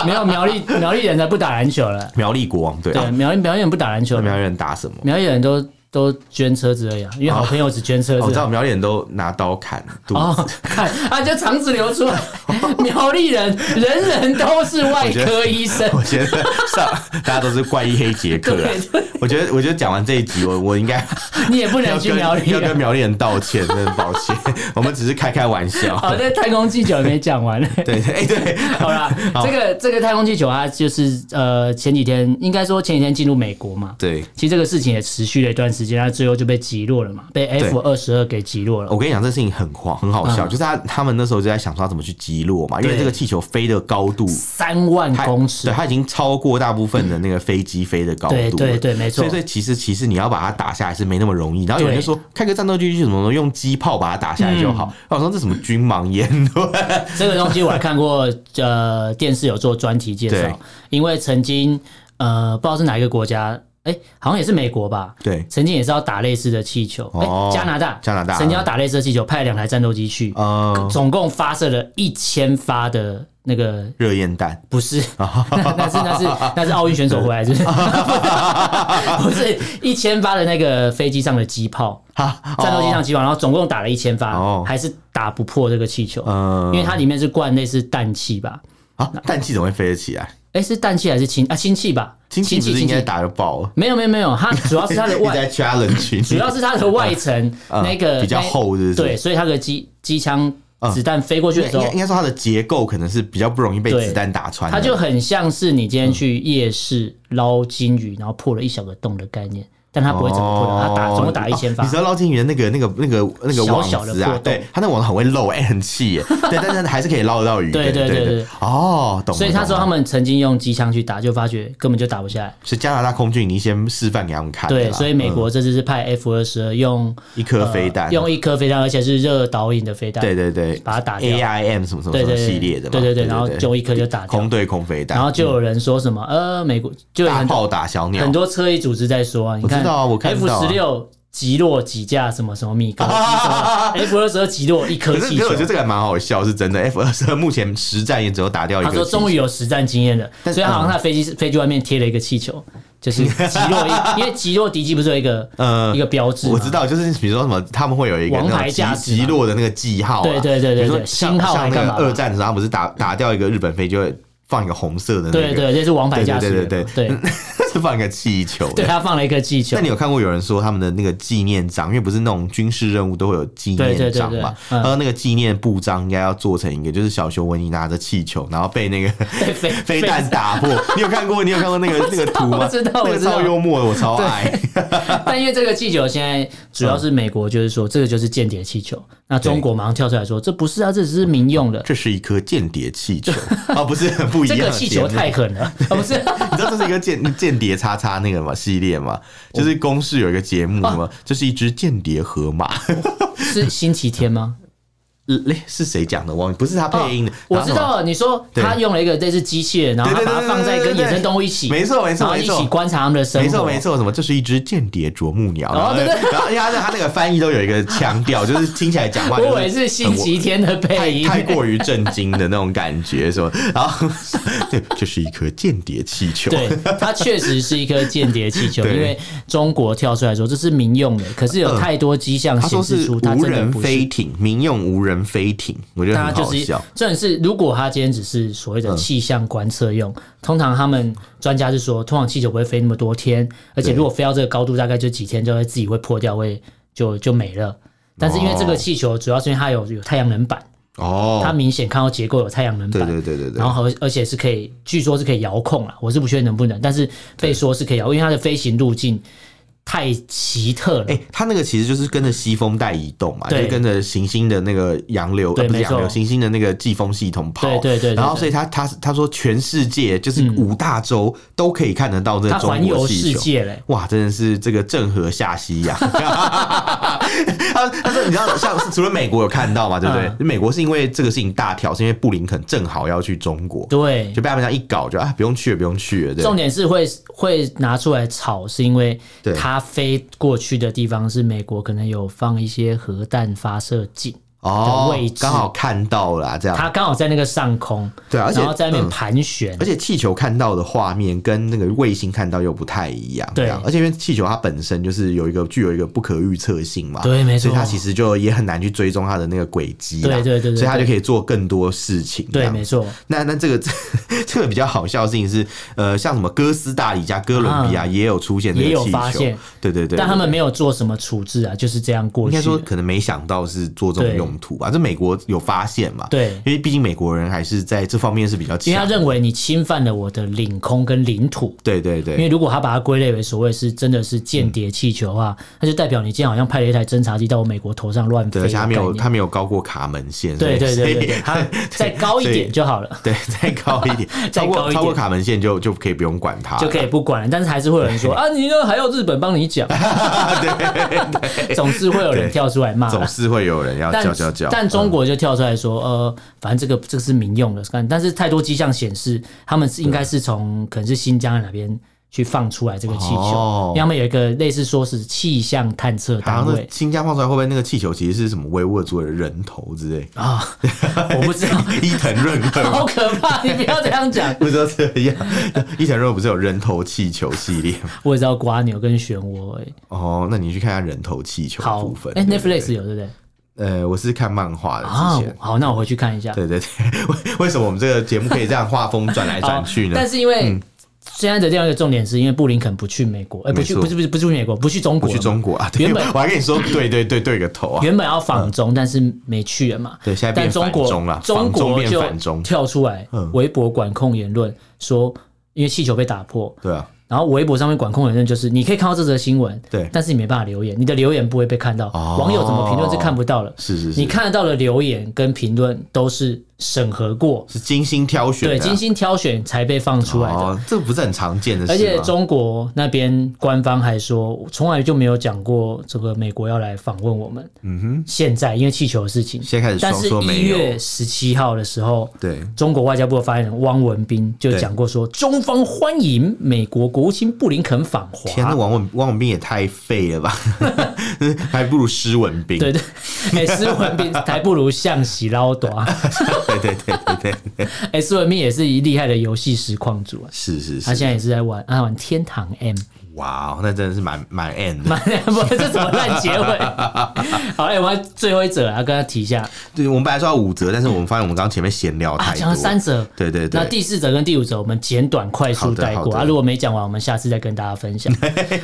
Speaker 1: 没有苗栗苗栗人才不打篮球了。
Speaker 2: 苗栗国王队
Speaker 1: 对，
Speaker 2: 啊，
Speaker 1: 苗栗苗栗人不打篮球
Speaker 2: 那
Speaker 1: 了，
Speaker 2: 苗栗人打什么？
Speaker 1: 苗栗人都都捐车子而已啊，因为好朋友只捐车
Speaker 2: 哦我知
Speaker 1: 子啊。
Speaker 2: 道苗栗人都拿刀砍肚子，
Speaker 1: 哦，看啊，就肠子流出 来。苗栗人人人都是外科医生，
Speaker 2: 我觉得 上大家都是怪医黑杰克啊
Speaker 1: 对对。
Speaker 2: 我觉得，我觉得讲完这一集，我我应该
Speaker 1: 你也不
Speaker 2: 要
Speaker 1: 能去
Speaker 2: 跟
Speaker 1: 苗栗
Speaker 2: 要跟
Speaker 1: 人。
Speaker 2: 苗栗人道歉，真的抱歉， 我们只是开开玩
Speaker 1: 好，
Speaker 2: 笑。
Speaker 1: 这太空气球还没讲完。
Speaker 2: 对，哎对，
Speaker 1: 好啦，这个这个太空气球它就是呃前几天应该说前几天进入美国嘛，
Speaker 2: 对，
Speaker 1: 其实这个事情也持续了一段时间，它最后就被击落了嘛，被 F 二十二给击落了。
Speaker 2: 我跟你讲，这事情很荒，很好笑，就是他他们那时候就在想说要怎么去击落嘛，因为
Speaker 1: 对
Speaker 2: 这个气球飞的高度。
Speaker 1: 三万
Speaker 2: 它
Speaker 1: 公尺
Speaker 2: 对，，它已经超过大部分的那个飞机飞的高度了。
Speaker 1: 对对对没错
Speaker 2: 所以所以其实其实你要把它打下来是没那么容易。然后有人就说开个战斗机去什么用机炮把它打下来就
Speaker 1: 嗯
Speaker 2: 好。我想说这什么军盲烟？ 对
Speaker 1: 这个东西我还看过，呃，电视有做专题介
Speaker 2: 对
Speaker 1: 绍，因为曾经呃，不知道是哪一个国家，哎、好像也是美国吧，
Speaker 2: 对
Speaker 1: 曾经也是要打类似的气球，哎、
Speaker 2: 哦
Speaker 1: 加拿大，
Speaker 2: 加拿大
Speaker 1: 曾经要打类似的气球，派两台战斗机去，
Speaker 2: 呃，
Speaker 1: 总共发射了一千发的那个。
Speaker 2: 热焰弹。
Speaker 1: 不 是，那那是那是那是奥运选手回来，就是不是一千发的那个飞机上的机 炮，
Speaker 2: 哈
Speaker 1: 战斗机上，机炮，然后总共打了一千发，
Speaker 2: 哦
Speaker 1: 还是打不破这个气球，
Speaker 2: 呃
Speaker 1: 因为它里面是灌类似氮气吧，
Speaker 2: 啊，氮气怎么会飞得起来？
Speaker 1: 哎、是氮气还是氢啊？氢气吧，
Speaker 2: 氢
Speaker 1: 氢
Speaker 2: 气不是
Speaker 1: 气，
Speaker 2: 应
Speaker 1: 氢
Speaker 2: 该
Speaker 1: 气。
Speaker 2: 打得爆了？
Speaker 1: 没有没有没有，它主要是它的
Speaker 2: 一直
Speaker 1: 外，
Speaker 2: 在 challenge，
Speaker 1: 主要是它的外 层
Speaker 2: 嗯
Speaker 1: 那个
Speaker 2: 比较
Speaker 1: 那
Speaker 2: 厚，是不是？
Speaker 1: 对，所以它的机机枪
Speaker 2: 嗯
Speaker 1: 子弹飞过去
Speaker 2: 应
Speaker 1: 的时
Speaker 2: 该，应
Speaker 1: 候
Speaker 2: 该，应该说它的结构可能是比较不容易被
Speaker 1: 对
Speaker 2: 子弹打穿的。
Speaker 1: 它就很像是你今天去夜市捞金鱼，然后破了一小个洞的概念，但它不会整个破掉，它打总共打一千发
Speaker 2: 哦你。知道捞金鱼的那个那个那个那个网
Speaker 1: 小小
Speaker 2: 子
Speaker 1: 的破
Speaker 2: 啊，
Speaker 1: 洞
Speaker 2: 对，它那网很会漏，哎，很 气耶。对，但是还是可以捞得到鱼。
Speaker 1: 对
Speaker 2: 对
Speaker 1: 对对
Speaker 2: 对
Speaker 1: 对。
Speaker 2: 哦，懂了。
Speaker 1: 所以那时候
Speaker 2: 懂
Speaker 1: 他
Speaker 2: 了
Speaker 1: 们曾经用机枪去打，就发觉根本就打不下来。
Speaker 2: 是加拿大空军已经先示范给他们看的啦。
Speaker 1: 对，所以美
Speaker 2: 嗯
Speaker 1: 国这次是派 F 二十二用
Speaker 2: 一颗飞
Speaker 1: 呃
Speaker 2: 弹，
Speaker 1: 用一颗飞弹，而且是热导引的飞弹，
Speaker 2: 对对对
Speaker 1: 把它打掉。
Speaker 2: ，AIM 什么什么
Speaker 1: 对
Speaker 2: 什么
Speaker 1: 对对
Speaker 2: 系列的嘛，
Speaker 1: 对对对，然后就一颗就打掉
Speaker 2: 空。对空飞弹，
Speaker 1: 然后就有人说什么，呃，美国就有
Speaker 2: 大
Speaker 1: 很多
Speaker 2: 炮打小鸟
Speaker 1: 很。多车衣组织在说啊，你看
Speaker 2: 我知道啊我看
Speaker 1: F
Speaker 2: 到啊
Speaker 1: 十六击落几架什么什么米高机什么 F 二十二击落一颗
Speaker 2: 可是，
Speaker 1: 气
Speaker 2: 可是
Speaker 1: 球
Speaker 2: 我觉。得这个还蛮好笑，是真的。F 二十二目前实战也只有打掉一
Speaker 1: 他
Speaker 2: 个气球。
Speaker 1: 说终于有实战经验了，
Speaker 2: 但
Speaker 1: 所以他好像在飞机飞机外面贴了一个气球，就是击落 一，因为击落敌机不是有一个
Speaker 2: 呃
Speaker 1: 一个标志吗？
Speaker 2: 我知道，就是比如说什么，他们会有一个
Speaker 1: 王
Speaker 2: 那
Speaker 1: 牌
Speaker 2: 种
Speaker 1: 架子
Speaker 2: 击
Speaker 1: 嘛
Speaker 2: 击落的那个记号啊、
Speaker 1: 对对对对
Speaker 2: 比如说
Speaker 1: 对
Speaker 2: 像
Speaker 1: 星号还
Speaker 2: 像那
Speaker 1: 干
Speaker 2: 个
Speaker 1: 嘛吧
Speaker 2: 二战的时候，他们不是打打掉一个日本飞机会放一个红色的那个，
Speaker 1: 对对，这是王牌驾驶员嘛，
Speaker 2: 对对对
Speaker 1: 对
Speaker 2: 是放一个气球的。
Speaker 1: 对他放了一颗气球
Speaker 2: 那，你有看过有人说他们的那个纪念章，因为不是那种军事任务都会有纪
Speaker 1: 对对
Speaker 2: 念
Speaker 1: 对
Speaker 2: 章
Speaker 1: 对
Speaker 2: 嘛？
Speaker 1: 嗯
Speaker 2: 他说那个纪念布章应该要做成一个，就是小熊维尼拿着气球，然后被 那个
Speaker 1: 被飞
Speaker 2: 飞弹打破。你有看过？你有看过那个那个图吗？
Speaker 1: 我知道
Speaker 2: 那
Speaker 1: 我
Speaker 2: 个
Speaker 1: 知道
Speaker 2: 超幽默的，我超爱。
Speaker 1: 但因为这个气球现在主要是美国，就是说这个就是间谍气球，那中国马上跳出来说这不是啊，这只是民用的，
Speaker 2: 这是一颗间谍气球啊，不是不一
Speaker 1: 这
Speaker 2: 样
Speaker 1: 个
Speaker 2: 的节目。
Speaker 1: 气球太狠了，啊不是。
Speaker 2: 你知道这是一个间间谍叉叉那个嘛系列嘛，就是公视有一个节目
Speaker 1: 啊
Speaker 2: 什么，这是一只间谍河马，
Speaker 1: 是星期天吗？
Speaker 2: 呃是谁讲的？忘记不是他配音的，
Speaker 1: 哦我
Speaker 2: 然后
Speaker 1: 知
Speaker 2: 什么
Speaker 1: 道了。你说他用了一个类似机器人，然后他
Speaker 2: 对对对
Speaker 1: 把它放在
Speaker 2: 对对
Speaker 1: 跟
Speaker 2: 对
Speaker 1: 野生动物一起，
Speaker 2: 没错没错
Speaker 1: 然后
Speaker 2: 没
Speaker 1: 一
Speaker 2: 错
Speaker 1: 起观察他们的生活，
Speaker 2: 没错没错，什么这是一只间谍啄木鸟，然后
Speaker 1: 哦对对
Speaker 2: 然后因为他他那个翻译都有一个腔调，就是听起来讲话
Speaker 1: 我以
Speaker 2: 就
Speaker 1: 为是星期天的配
Speaker 2: 太
Speaker 1: 音，
Speaker 2: 太过于震惊的那种感觉，什么，然后 对，这是一颗间谍气球，
Speaker 1: 对，它确实是一颗间谍气球，因
Speaker 2: 对嗯
Speaker 1: 为中国跳出来说这是民用的，可是有太多迹象
Speaker 2: 他说
Speaker 1: 显示
Speaker 2: 是
Speaker 1: 出它真
Speaker 2: 无
Speaker 1: 的
Speaker 2: 人
Speaker 1: 不
Speaker 2: 飞
Speaker 1: 是。
Speaker 2: 艇，民用无人飞艇，我觉得
Speaker 1: 那
Speaker 2: 很
Speaker 1: 就
Speaker 2: 好
Speaker 1: 是
Speaker 2: 笑。，嗯
Speaker 1: 这种是如果它今天只是所谓的气象观测用，通常他们专家是说，通常气球不会飞那么多天，而且
Speaker 2: 对
Speaker 1: 如果飞到这个高度，大概就几天就会自己会破掉，会就就没了。但是因为这个
Speaker 2: 哦
Speaker 1: 气球，主要是因为它有有太阳能板，
Speaker 2: 哦，
Speaker 1: 它明显看到结构有太阳能
Speaker 2: 对
Speaker 1: 板，
Speaker 2: 对对对对，
Speaker 1: 然后而而且是可以，据说是可以遥控啦，我是不确定能不能，但是被说是可以遥控，因为它的飞行路径太奇特了。
Speaker 2: 哎、它那个其实就是跟着西风带移动嘛，就
Speaker 1: 对
Speaker 2: 是跟着行星的那个洋流，
Speaker 1: 对
Speaker 2: 呃、不是
Speaker 1: 没错
Speaker 2: 洋流，行星的那个季风系统跑。
Speaker 1: 对对对对
Speaker 2: 然后，
Speaker 1: 对
Speaker 2: 所以他他他说，全世界就是五大洲都可以看得到这
Speaker 1: 它
Speaker 2: 中
Speaker 1: 环游
Speaker 2: 国气
Speaker 1: 世
Speaker 2: 球。
Speaker 1: 界嘞，
Speaker 2: 哇，真的是这个郑和下西 洋。他他说，你知道，像是除了美国有看到嘛，对不对？
Speaker 1: 嗯
Speaker 2: 美国是因为这个事情大条，是因为布林肯正好要去中国，
Speaker 1: 对
Speaker 2: 就。被他们这样一搞，就啊，不用去了，不用去了，对。
Speaker 1: 重点是会会拿出来炒，是因为
Speaker 2: 对
Speaker 1: 它飞过去的地方是美国，可能有放一些核弹发射井，
Speaker 2: 哦
Speaker 1: 的位置，
Speaker 2: 刚好看到了啊、这样。
Speaker 1: 它刚好在那个上空，
Speaker 2: 对啊而且
Speaker 1: 然后在那边
Speaker 2: 嗯
Speaker 1: 盘旋
Speaker 2: 而，且气球看到的画面跟那个卫星看到又不太一样，
Speaker 1: 对
Speaker 2: 这样而且因为气球它本身就是有一个具有一个不可预测性嘛，
Speaker 1: 对没错
Speaker 2: 所以它其实就也很难去追踪它的那个轨迹啦，
Speaker 1: 对对对对对
Speaker 2: 所以它就可以做更多事情，这
Speaker 1: 对，
Speaker 2: 样
Speaker 1: 没。错，
Speaker 2: 那那这个 这个比较好笑的事情是，呃，像什么哥斯达黎加、哥伦比亚也有出现这
Speaker 1: 啊也
Speaker 2: 个
Speaker 1: 有
Speaker 2: 气
Speaker 1: 发
Speaker 2: 球
Speaker 1: 现，
Speaker 2: 对对对，
Speaker 1: 但他们
Speaker 2: 对
Speaker 1: 没有做什么处置啊，就是这样过
Speaker 2: 应
Speaker 1: 去
Speaker 2: 该
Speaker 1: 了。
Speaker 2: 说可能没想到是做这种
Speaker 1: 对
Speaker 2: 用途吧，这美国有发现嘛？
Speaker 1: 对
Speaker 2: 因为毕竟美国人还是在这方面是比较
Speaker 1: 因为他
Speaker 2: 强，
Speaker 1: 认为你侵犯了我的领空跟领土，
Speaker 2: 对对对，
Speaker 1: 因为如果他把它归类为所谓是真的是间谍气球的话，那就代表你今天好像派了一台侦察机到我美国头上乱飞的
Speaker 2: 嗯对，而
Speaker 1: 概
Speaker 2: 且他
Speaker 1: 念，
Speaker 2: 没有他没有高过卡门线，
Speaker 1: 对对
Speaker 2: 所以
Speaker 1: 对对 对，他再高一
Speaker 2: 所以
Speaker 1: 点就好了。
Speaker 2: 对，再高一点，
Speaker 1: 再高一
Speaker 2: 超过
Speaker 1: 点
Speaker 2: 超过卡门线就就可以不用管它了，
Speaker 1: 就可以不管了，但是还是会有人说啊，你呢还要日本帮你 讲，总是会有人跳出来骂啦
Speaker 2: 总是会有人要
Speaker 1: 但
Speaker 2: 叫叫叫。嗯
Speaker 1: 但中国就跳出来说，呃，反正这个这个是民用的，但但是太多迹象显示，他们是应该是从可能是新疆哪边去放出来这个气球，
Speaker 2: 哦
Speaker 1: 因为他们有一个类似说是气象探测
Speaker 2: 好
Speaker 1: 单
Speaker 2: 像
Speaker 1: 位
Speaker 2: 是。新疆放出来，会不会那个气球其实是什么维吾尔族的人头之类？
Speaker 1: 啊、我不知道，
Speaker 2: 伊藤润
Speaker 1: 好
Speaker 2: 二
Speaker 1: 可怕！你不要这样讲。
Speaker 2: 不知道这样， 伊藤润二不是有人头气球系列吗？
Speaker 1: 我也知道瓜牛跟漩涡、欸，
Speaker 2: 哦，那你去看一下人头气球的
Speaker 1: 好
Speaker 2: 部分。，
Speaker 1: 哎、
Speaker 2: 对
Speaker 1: n e t f l i
Speaker 2: 对
Speaker 1: x 有对不对？
Speaker 2: 呃，我是看漫画的
Speaker 1: 啊
Speaker 2: 之前，。
Speaker 1: 好，那我回去看一下。
Speaker 2: 对对对， 为为什么我们这个节目可以这样画风转来转去
Speaker 1: 好
Speaker 2: 呢？
Speaker 1: 哦但是因为
Speaker 2: 嗯
Speaker 1: 现在的另外一个重点是因为布林肯不去美国，哎、不去，
Speaker 2: 没错
Speaker 1: 不是不是不是去美国，不去中
Speaker 2: 不
Speaker 1: 国，
Speaker 2: 去中国啊！对，
Speaker 1: 原
Speaker 2: 我
Speaker 1: 本
Speaker 2: 还跟 你说，对对对对个头啊！
Speaker 1: 原本要访中，但是没去了嘛。
Speaker 2: 对现在
Speaker 1: 但
Speaker 2: 变
Speaker 1: 中国
Speaker 2: 反中了
Speaker 1: 中
Speaker 2: 访中
Speaker 1: 国
Speaker 2: 变
Speaker 1: 就
Speaker 2: 反中嗯
Speaker 1: 跳出来，微博管控言论说，因为气球被打破，
Speaker 2: 对啊，
Speaker 1: 然后微博上面管控言论就是你可以看到这则新闻，
Speaker 2: 对
Speaker 1: 但是你没办法留言，你的留言不会被看到，
Speaker 2: 哦
Speaker 1: 网友怎么评论是看不到了。
Speaker 2: 是是是，
Speaker 1: 你看得到的留言跟评论都是审核过，
Speaker 2: 是精心挑选的
Speaker 1: 对，
Speaker 2: 啊，
Speaker 1: 精心挑选才被放出来的。
Speaker 2: 哦，这不是很常见的事吗，
Speaker 1: 而且中国那边官方还说，从来就没有讲过这个美国要来访问我们。嗯哼，现在因为气球的事情，
Speaker 2: 现在开始
Speaker 1: 但
Speaker 2: 双
Speaker 1: 是
Speaker 2: 说
Speaker 1: 一
Speaker 2: 没有
Speaker 1: 月十七号的时候，
Speaker 2: 对
Speaker 1: 中国外交部的发言人汪文斌就
Speaker 2: 对
Speaker 1: 讲过说，中方欢迎美国国务卿布林肯访华。
Speaker 2: 天呐，王文王文斌也太废 了吧，还不如施文斌。
Speaker 1: 对对， 哎、斯文斌还不如象棋捞短。
Speaker 2: 对对对对对对，
Speaker 1: 哎、斯文斌也是一厉害的游戏实况主啊，
Speaker 2: 是是
Speaker 1: 他
Speaker 2: 是，
Speaker 1: 现在也是在玩，他玩天堂 M。
Speaker 2: 哇哦，那真的是蛮蛮 end 的。
Speaker 1: 妈呀，不，这什么烂结 尾？好，哎、我们最后一者啊，跟他提一下
Speaker 2: 对，我们本来说要五折，但是我们发现我们刚刚前面闲聊
Speaker 1: 啊，
Speaker 2: 太
Speaker 1: 讲了
Speaker 2: 多。
Speaker 1: 三者。
Speaker 2: 对对
Speaker 1: 那
Speaker 2: 对，
Speaker 1: 第四者跟第五者，我们简短快速带
Speaker 2: 好的
Speaker 1: 过
Speaker 2: 好的
Speaker 1: 啊。如果没讲完，我们下次再跟大家分 享。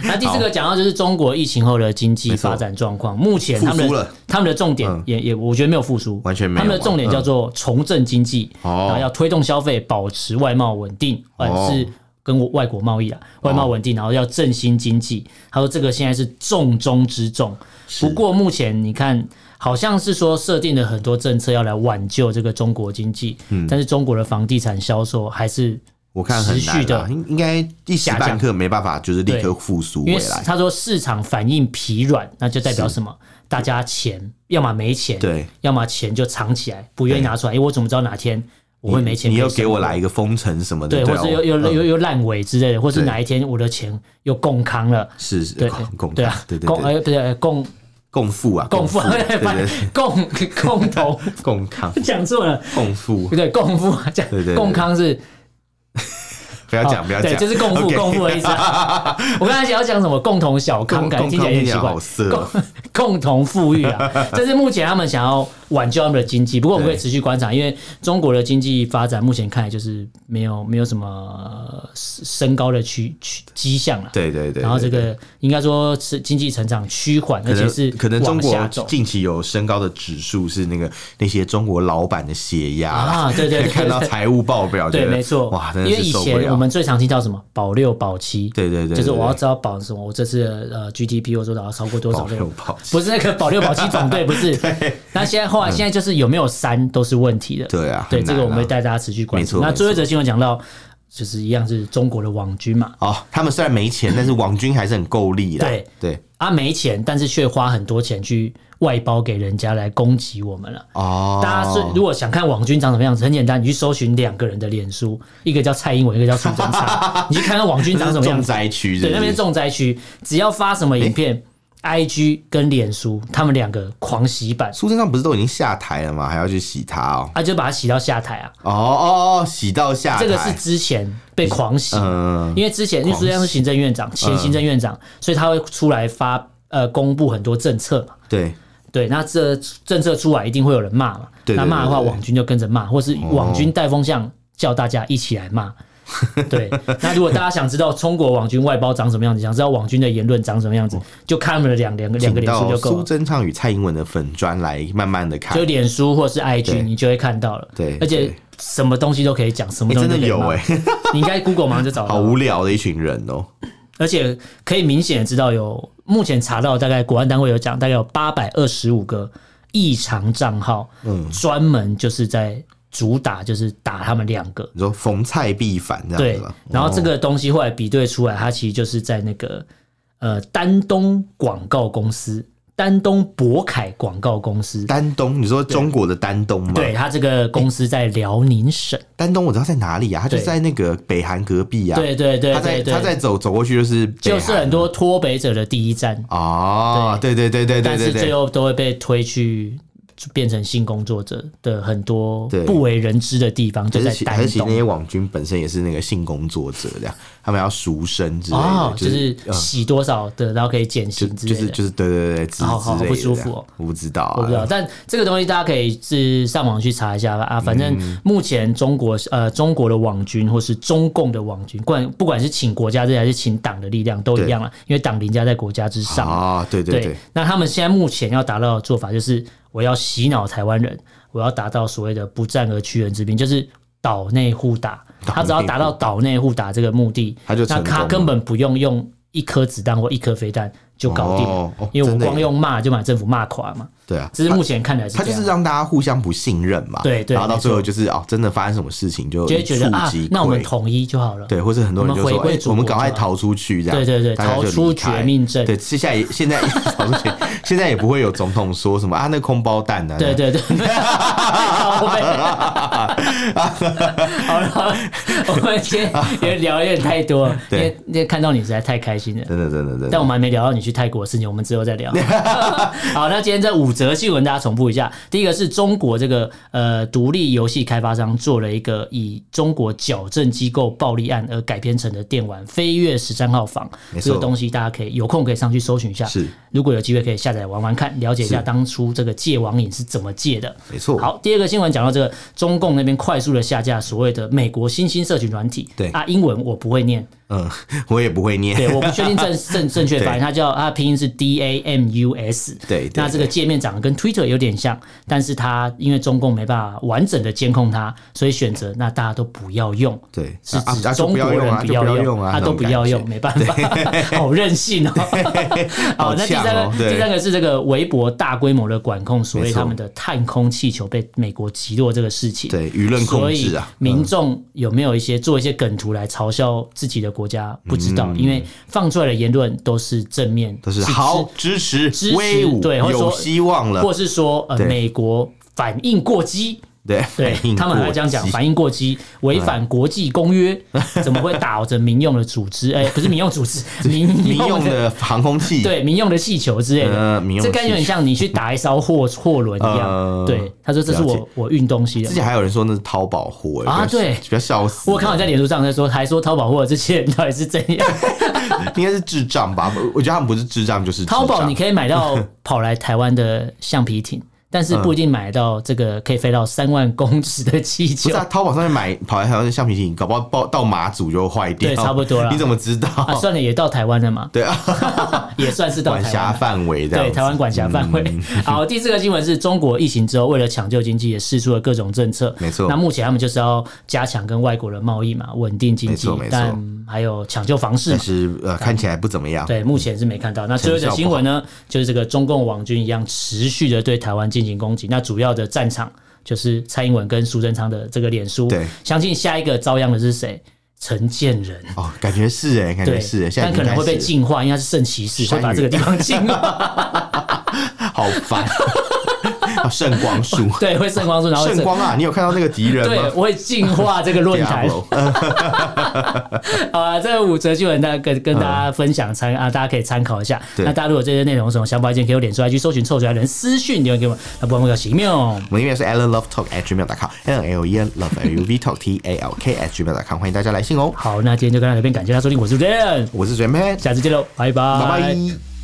Speaker 1: 那第四个讲到就是中国疫情后的经济发展状况，目前他们
Speaker 2: 复苏
Speaker 1: 的
Speaker 2: 了嗯
Speaker 1: 他们的重点也也，我觉得没有复苏，
Speaker 2: 完全没有
Speaker 1: 他们的重点叫做重振经济，
Speaker 2: 嗯哦
Speaker 1: 然后要推动消费，保持外贸稳定，或者
Speaker 2: 哦
Speaker 1: 是跟外国贸易啊，外贸稳定，然后要振兴经济。他说这个现在是重中之重。不过目前你看，好像是说设定了很多政策要来挽救这个中国经济，
Speaker 2: 嗯
Speaker 1: 但是中国的房地产销售还是
Speaker 2: 我看很
Speaker 1: 持
Speaker 2: 难
Speaker 1: 续
Speaker 2: 啦
Speaker 1: 的，
Speaker 2: 应应该一时半刻没办法，就是立刻
Speaker 1: 对
Speaker 2: 复苏
Speaker 1: 因
Speaker 2: 回
Speaker 1: 为
Speaker 2: 来。
Speaker 1: 他说市场反应疲软，那就代表什么？大家钱要么没钱，
Speaker 2: 对，
Speaker 1: 要么钱就藏起来，不愿意拿出来。哎因为我怎么知道哪天我会没钱？
Speaker 2: 你你
Speaker 1: 可以
Speaker 2: 又给我
Speaker 1: 生活
Speaker 2: 来一个封城什么的，
Speaker 1: 对，
Speaker 2: 对
Speaker 1: 或
Speaker 2: 啊，
Speaker 1: 是又又
Speaker 2: 我
Speaker 1: 又又烂尾之类的，或是
Speaker 2: 对
Speaker 1: 哪一天我的钱又共康了，
Speaker 2: 是是
Speaker 1: 对
Speaker 2: 共共
Speaker 1: 对啊，
Speaker 2: 对对
Speaker 1: 共
Speaker 2: 对，
Speaker 1: 呃不是呃共
Speaker 2: 共富啊，
Speaker 1: 共 富
Speaker 2: 富，对对对，
Speaker 1: 共共同
Speaker 2: 共康
Speaker 1: 讲错了，
Speaker 2: 共富
Speaker 1: 不，对，共富讲
Speaker 2: 对对对
Speaker 1: 共康是
Speaker 2: 不要讲不要
Speaker 1: 哦对，
Speaker 2: 讲，
Speaker 1: 就是共富
Speaker 2: OK
Speaker 1: 共富的意思啊。我刚才想要讲什么共同小康，
Speaker 2: 共
Speaker 1: 感觉听起
Speaker 2: 共
Speaker 1: 来有
Speaker 2: 康一
Speaker 1: 点奇
Speaker 2: 点
Speaker 1: 怪
Speaker 2: 好。色哦，
Speaker 1: 共共同富裕啊，这是目前他们想要挽救他们的经济。不过我们可以持续观察，因为中国的经济发展目前看来就是没有没有什么呃升高的趋趋迹象了。
Speaker 2: 对对对，
Speaker 1: 然后这
Speaker 2: 对
Speaker 1: 个应该说是经济成长趋缓，而
Speaker 2: 可
Speaker 1: 且
Speaker 2: 能
Speaker 1: 是
Speaker 2: 可能中
Speaker 1: 往下
Speaker 2: 国
Speaker 1: 走。
Speaker 2: 近期有升高的指数是那个那些中国老板的血压啦
Speaker 1: 啊对对对
Speaker 2: 看到财务报表，
Speaker 1: 对，
Speaker 2: 觉得
Speaker 1: 没错，
Speaker 2: 哇，真
Speaker 1: 因
Speaker 2: 的
Speaker 1: 为
Speaker 2: 是
Speaker 1: 以
Speaker 2: 受不
Speaker 1: 前我
Speaker 2: 了。
Speaker 1: 们最常听到什么保六保七，
Speaker 2: 对对对，
Speaker 1: 就是我要
Speaker 2: 对
Speaker 1: 知道保什么，我这次的呃 GDP 我做到要超过多
Speaker 2: 对
Speaker 1: 少
Speaker 2: 保
Speaker 1: 这
Speaker 2: 六
Speaker 1: 个。
Speaker 2: 保七，嗯
Speaker 1: 不是那个保六保七总队，不 是。那现在后来现在就是有没有三都是问题的。
Speaker 2: 对啊，
Speaker 1: 对，
Speaker 2: 很
Speaker 1: 这个
Speaker 2: 难
Speaker 1: 我们会
Speaker 2: 啊
Speaker 1: 带大家持续关
Speaker 2: 没
Speaker 1: 注。
Speaker 2: 错
Speaker 1: 那
Speaker 2: 没错
Speaker 1: 最后一则新闻讲到，就是一样是中国的网军嘛，
Speaker 2: 哦，他们虽然没钱，但是网军还是很够力啦。
Speaker 1: 对
Speaker 2: 对，
Speaker 1: 啊没钱，但是却花很多钱去外包给人家来攻击我们了。
Speaker 2: 哦，
Speaker 1: 大家是如果想看网军长什么样子，很简单，你去搜寻两个人的脸书，一个叫蔡英文，一个叫苏贞 昌，你去看看网军
Speaker 2: 这哎
Speaker 1: 长
Speaker 2: 是
Speaker 1: 什么样
Speaker 2: 重
Speaker 1: 子。
Speaker 2: 灾区，
Speaker 1: 对，那边是
Speaker 2: 重
Speaker 1: 重灾区，只要发什么影片、i g 跟脸书，他们两个狂洗版，
Speaker 2: 苏贞昌不是都已经下台了吗？还要去洗他哦，
Speaker 1: 啊，就把他洗到下台啊。
Speaker 2: 哦哦哦，洗到下台，
Speaker 1: 这个是之前被狂洗，
Speaker 2: 嗯，
Speaker 1: 因为之前因为苏贞昌是行政院长，前行政院长，所以他会出来发呃公布很多政策嘛。
Speaker 2: 对，
Speaker 1: 对，那这政策出来一定会有人骂嘛。
Speaker 2: 对对对
Speaker 1: 那骂的话，
Speaker 2: 对哦对
Speaker 1: 网军就跟着骂，或是网军带风向，叫大家一起来 骂。对，那如果大家想知道中国网军外包长什么样子，想知道网军的言论长什么样子，就看他们的两两个两个
Speaker 2: 哦请
Speaker 1: 脸书
Speaker 2: 到
Speaker 1: 就够
Speaker 2: 苏
Speaker 1: 了。
Speaker 2: 贞昌与蔡英文的粉砖来慢慢的看
Speaker 1: 就，脸书或是 IG，
Speaker 2: 对
Speaker 1: 你就会看到了。
Speaker 2: 对
Speaker 1: 而且
Speaker 2: 对
Speaker 1: 什么东西都可以讲，什么
Speaker 2: 哎
Speaker 1: 东西
Speaker 2: 真
Speaker 1: 都
Speaker 2: 的
Speaker 1: 可以
Speaker 2: 有
Speaker 1: 骂
Speaker 2: 哎，
Speaker 1: 你应该 Google 马上就找到。
Speaker 2: 好无聊的一群人哦。
Speaker 1: 而且可以明显地知道有，目前查到大概国安单位有讲，大概有八百二十五个异常账号，嗯，专门就是在主打就是打他们两个。
Speaker 2: 你说逢菜必反这样
Speaker 1: 对
Speaker 2: 子吧？，哦
Speaker 1: 然后这个东西后来比对出来，它其实就是在那个呃丹东广告公司、丹东博凯广告公司，
Speaker 2: 哦丹东，你说中国的丹东吗？
Speaker 1: 对，它这个公司在辽宁省。
Speaker 2: 丹东我知道在哪里啊，它就
Speaker 1: 对
Speaker 2: 在那个北韩隔壁啊。
Speaker 1: 对对对
Speaker 2: 他在
Speaker 1: 对
Speaker 2: 他在
Speaker 1: 对，
Speaker 2: 走走过去就是北
Speaker 1: 就
Speaker 2: 韩
Speaker 1: 是很多脱北者的第一站，
Speaker 2: 哦，对对对对对
Speaker 1: 但
Speaker 2: 对
Speaker 1: 是最
Speaker 2: 对，
Speaker 1: 后都会被推去变成性工作者的很多
Speaker 2: 对
Speaker 1: 不为人知的地方，就
Speaker 2: 还
Speaker 1: 在
Speaker 2: 是其还
Speaker 1: 丹
Speaker 2: 是其实那
Speaker 1: 东
Speaker 2: 些网军本身也是那个性工作者这样，他们要赎身之类
Speaker 1: 哦
Speaker 2: 的，，
Speaker 1: 就是
Speaker 2: 嗯
Speaker 1: 洗多少的，然后可以减
Speaker 2: 就
Speaker 1: 刑之
Speaker 2: 就
Speaker 1: 类
Speaker 2: 是
Speaker 1: 的。
Speaker 2: 就是对对对之之类
Speaker 1: 好
Speaker 2: 的
Speaker 1: 好好
Speaker 2: 这
Speaker 1: 不
Speaker 2: 样，
Speaker 1: 舒服哦
Speaker 2: 我不知道
Speaker 1: 我不知道，
Speaker 2: 啊，嗯
Speaker 1: 但这个东西大家可以是上网去查一下吧啊。反正目前中国呃中国的网军或是中共的网军，不管不管是请国家这还是请党的力量都一样了，因为党凌驾在国家之上。
Speaker 2: 啊，对对
Speaker 1: 对
Speaker 2: 对，
Speaker 1: 那他们现在目前要达到的做法就是，我要洗脑台湾人，我要达到所谓的不战而屈人之兵，就是岛内互打。他只要达到岛内互打这个目的，
Speaker 2: 他就
Speaker 1: 那
Speaker 2: 成功
Speaker 1: 他
Speaker 2: 了
Speaker 1: 根本不用用一颗子弹或一颗飞弹就搞定了
Speaker 2: 哦哦
Speaker 1: 因为我
Speaker 2: 真的耶
Speaker 1: 光用骂就把政府骂垮嘛。
Speaker 2: 对啊，
Speaker 1: 只是目前看起来是
Speaker 2: 他
Speaker 1: 这
Speaker 2: 就
Speaker 1: 样
Speaker 2: 是让大家互相不信任嘛，
Speaker 1: 对对
Speaker 2: 然后到
Speaker 1: 没
Speaker 2: 最后
Speaker 1: 错
Speaker 2: 就是哦，真的发生什么事情就
Speaker 1: 就会觉得
Speaker 2: 一触
Speaker 1: 啊
Speaker 2: 即，
Speaker 1: 那我们
Speaker 2: 溃
Speaker 1: 统一就好了。
Speaker 2: 对，或是很多人就
Speaker 1: 我们
Speaker 2: 说，
Speaker 1: 回归
Speaker 2: 哎，
Speaker 1: 祖
Speaker 2: 我们
Speaker 1: 国
Speaker 2: 赶快
Speaker 1: 就好
Speaker 2: 逃出去，这样
Speaker 1: 对对对
Speaker 2: 大家就
Speaker 1: 逃
Speaker 2: 离
Speaker 1: 出
Speaker 2: 开
Speaker 1: 绝命镇
Speaker 2: 对，现在现在逃出绝，现在也 不会有总统说什么啊，那空包弹啊，
Speaker 1: 对对对， 好呗 好了，我们今天也聊有点太多了，因
Speaker 2: 对
Speaker 1: 为因为看到你实在太开心了。
Speaker 2: 真的真的真的，
Speaker 1: 但我们还没聊到你去泰国的事情，我们之后再聊。 好，那今天这五则新闻大家重复一下。第一个是中国这个呃独立游戏开发商做了一个以中国矫正机构暴力案而改编成的电玩《飞跃十三号房
Speaker 2: 没》错
Speaker 1: 这个东西，大家可以有空可以上去搜寻一下。
Speaker 2: 是
Speaker 1: 如果有机会可以下载玩玩看，了解一下
Speaker 2: 是
Speaker 1: 当初这个戒网瘾是怎么戒的。
Speaker 2: 没错，
Speaker 1: 好，第二个新闻讲到这个中共那边快速的下架所谓的美国新兴社群软体，
Speaker 2: 对
Speaker 1: 啊，英文我不会念，
Speaker 2: 嗯，我也不会念，
Speaker 1: 对，我不确定正正正确发音，
Speaker 2: 对
Speaker 1: 它叫它的拼音是 D A M U S。
Speaker 2: 对对
Speaker 1: 那这个
Speaker 2: 对
Speaker 1: 界面长得跟 Twitter 有点像，但是它因为中共没办法完整的监控它，所以选择那大家都不要用。
Speaker 2: 对，
Speaker 1: 是
Speaker 2: 啊啊
Speaker 1: 指
Speaker 2: 啊就
Speaker 1: 中
Speaker 2: 不要
Speaker 1: 国
Speaker 2: 用
Speaker 1: 人
Speaker 2: 啊，就不
Speaker 1: 要
Speaker 2: 要用啊，
Speaker 1: 他
Speaker 2: 那
Speaker 1: 都
Speaker 2: 种
Speaker 1: 不
Speaker 2: 感
Speaker 1: 要
Speaker 2: 觉
Speaker 1: 用，没办法，好任 性哦。好，那第
Speaker 2: 呛
Speaker 1: 三
Speaker 2: 哦
Speaker 1: 个，
Speaker 2: 对
Speaker 1: 第三个是这个微博大规模的管控，所谓
Speaker 2: 没错
Speaker 1: 他们的探空气球被美国击落这个事情。
Speaker 2: 对舆论控
Speaker 1: 所以
Speaker 2: 制啊，
Speaker 1: 民众有没有一些做一些梗图来嘲笑自己的国家？不知道，因为放出来的言论都是正面，
Speaker 2: 嗯都是
Speaker 1: 支
Speaker 2: 好支持
Speaker 1: 支持
Speaker 2: 威武，
Speaker 1: 对或者
Speaker 2: 有
Speaker 1: 说
Speaker 2: 希望了
Speaker 1: 或，是说呃，
Speaker 2: 对
Speaker 1: 美国反应过激。
Speaker 2: 对，
Speaker 1: 对
Speaker 2: 反应
Speaker 1: 他们还
Speaker 2: 过
Speaker 1: 会这样讲，
Speaker 2: 激嗯
Speaker 1: 反应过激，违反国际公 约，怎么会打着民用的组织？哎，不是民用组 织，民
Speaker 2: 民
Speaker 1: 用
Speaker 2: 用
Speaker 1: 的
Speaker 2: 的航空器，
Speaker 1: 对民用的气球之类的
Speaker 2: 呃民，用
Speaker 1: 这
Speaker 2: 的
Speaker 1: 概念很像你去打一艘货货轮一样
Speaker 2: 呃。
Speaker 1: 对，他说这是
Speaker 2: 了解
Speaker 1: 我我运东西的
Speaker 2: 之。前还有人说那是淘宝货
Speaker 1: 啊
Speaker 2: 比较
Speaker 1: 对
Speaker 2: 比较笑死。
Speaker 1: 我看我在脸书上在说，还说淘宝货这些人到底是怎 样？
Speaker 2: 应该是智障吧？我我觉得他们不是智障就是智障
Speaker 1: 淘宝你可以买到跑来台湾的橡皮艇，但
Speaker 2: 嗯
Speaker 1: 是不一定买到这个可以飞到三万公尺的气
Speaker 2: 不
Speaker 1: 球
Speaker 2: 是。啊，淘宝上面买跑来台湾的橡皮艇，搞不好到到马祖就坏掉，
Speaker 1: 对差不多啦
Speaker 2: 你怎么知道？
Speaker 1: 啊，算了，也到台湾了嘛，
Speaker 2: 对啊，
Speaker 1: 也算是到台
Speaker 2: 管
Speaker 1: 湾了。
Speaker 2: 辖范围这样
Speaker 1: 对
Speaker 2: 子。嗯
Speaker 1: 台湾管辖范围。 好，第四个新闻是中国疫情之后，为了抢救经济，也试出了各种政策。
Speaker 2: 没错
Speaker 1: 那目前他们就是要加强跟外国的贸易嘛，稳定经济
Speaker 2: 没错没，错
Speaker 1: 但还有抢救房市
Speaker 2: 但
Speaker 1: 嘛。
Speaker 2: 是呃，看起来不怎么样。
Speaker 1: 对，目前是没看到。那最后的新闻呢，就是这个中共网军一样持续的对台湾进行攻击。那主要的战场就是蔡英文跟苏贞昌的这个脸书。
Speaker 2: 对，
Speaker 1: 相信下一个遭殃的是谁？陈建仁。
Speaker 2: 哦，感觉是哎，感觉
Speaker 1: 对
Speaker 2: 是哎，，现在
Speaker 1: 但
Speaker 2: 已经
Speaker 1: 可能会被
Speaker 2: 开始
Speaker 1: 净化，因为他是圣骑士，会把这个地方净 化。
Speaker 2: 了，好烦。 啊圣 光树，
Speaker 1: 对，会哦圣光速，然后
Speaker 2: 圣光啊，你有看到那个敌人
Speaker 1: 对，
Speaker 2: 吗？
Speaker 1: 我会净化这个论 坛。
Speaker 2: Diablo 呃
Speaker 1: 好啊，这五则新闻大家跟跟大家分享参、啊，大家可以参考一下。
Speaker 2: 对
Speaker 1: 那大家如果对这些内容有什么想法意见，可以用脸书来去搜寻臭嘴人私讯留言给我们。那不我们个行面。
Speaker 2: 我们的 email 是 alan love talk at gmail com l l e n love l u v talk t a l k at gmail com，欢迎大家来信哦。
Speaker 1: 好，那今天就跟大家聊到这边，感谢大家收听，我是 j a n
Speaker 2: 我是 j a m
Speaker 1: 下次见喽，拜拜，
Speaker 2: 拜拜。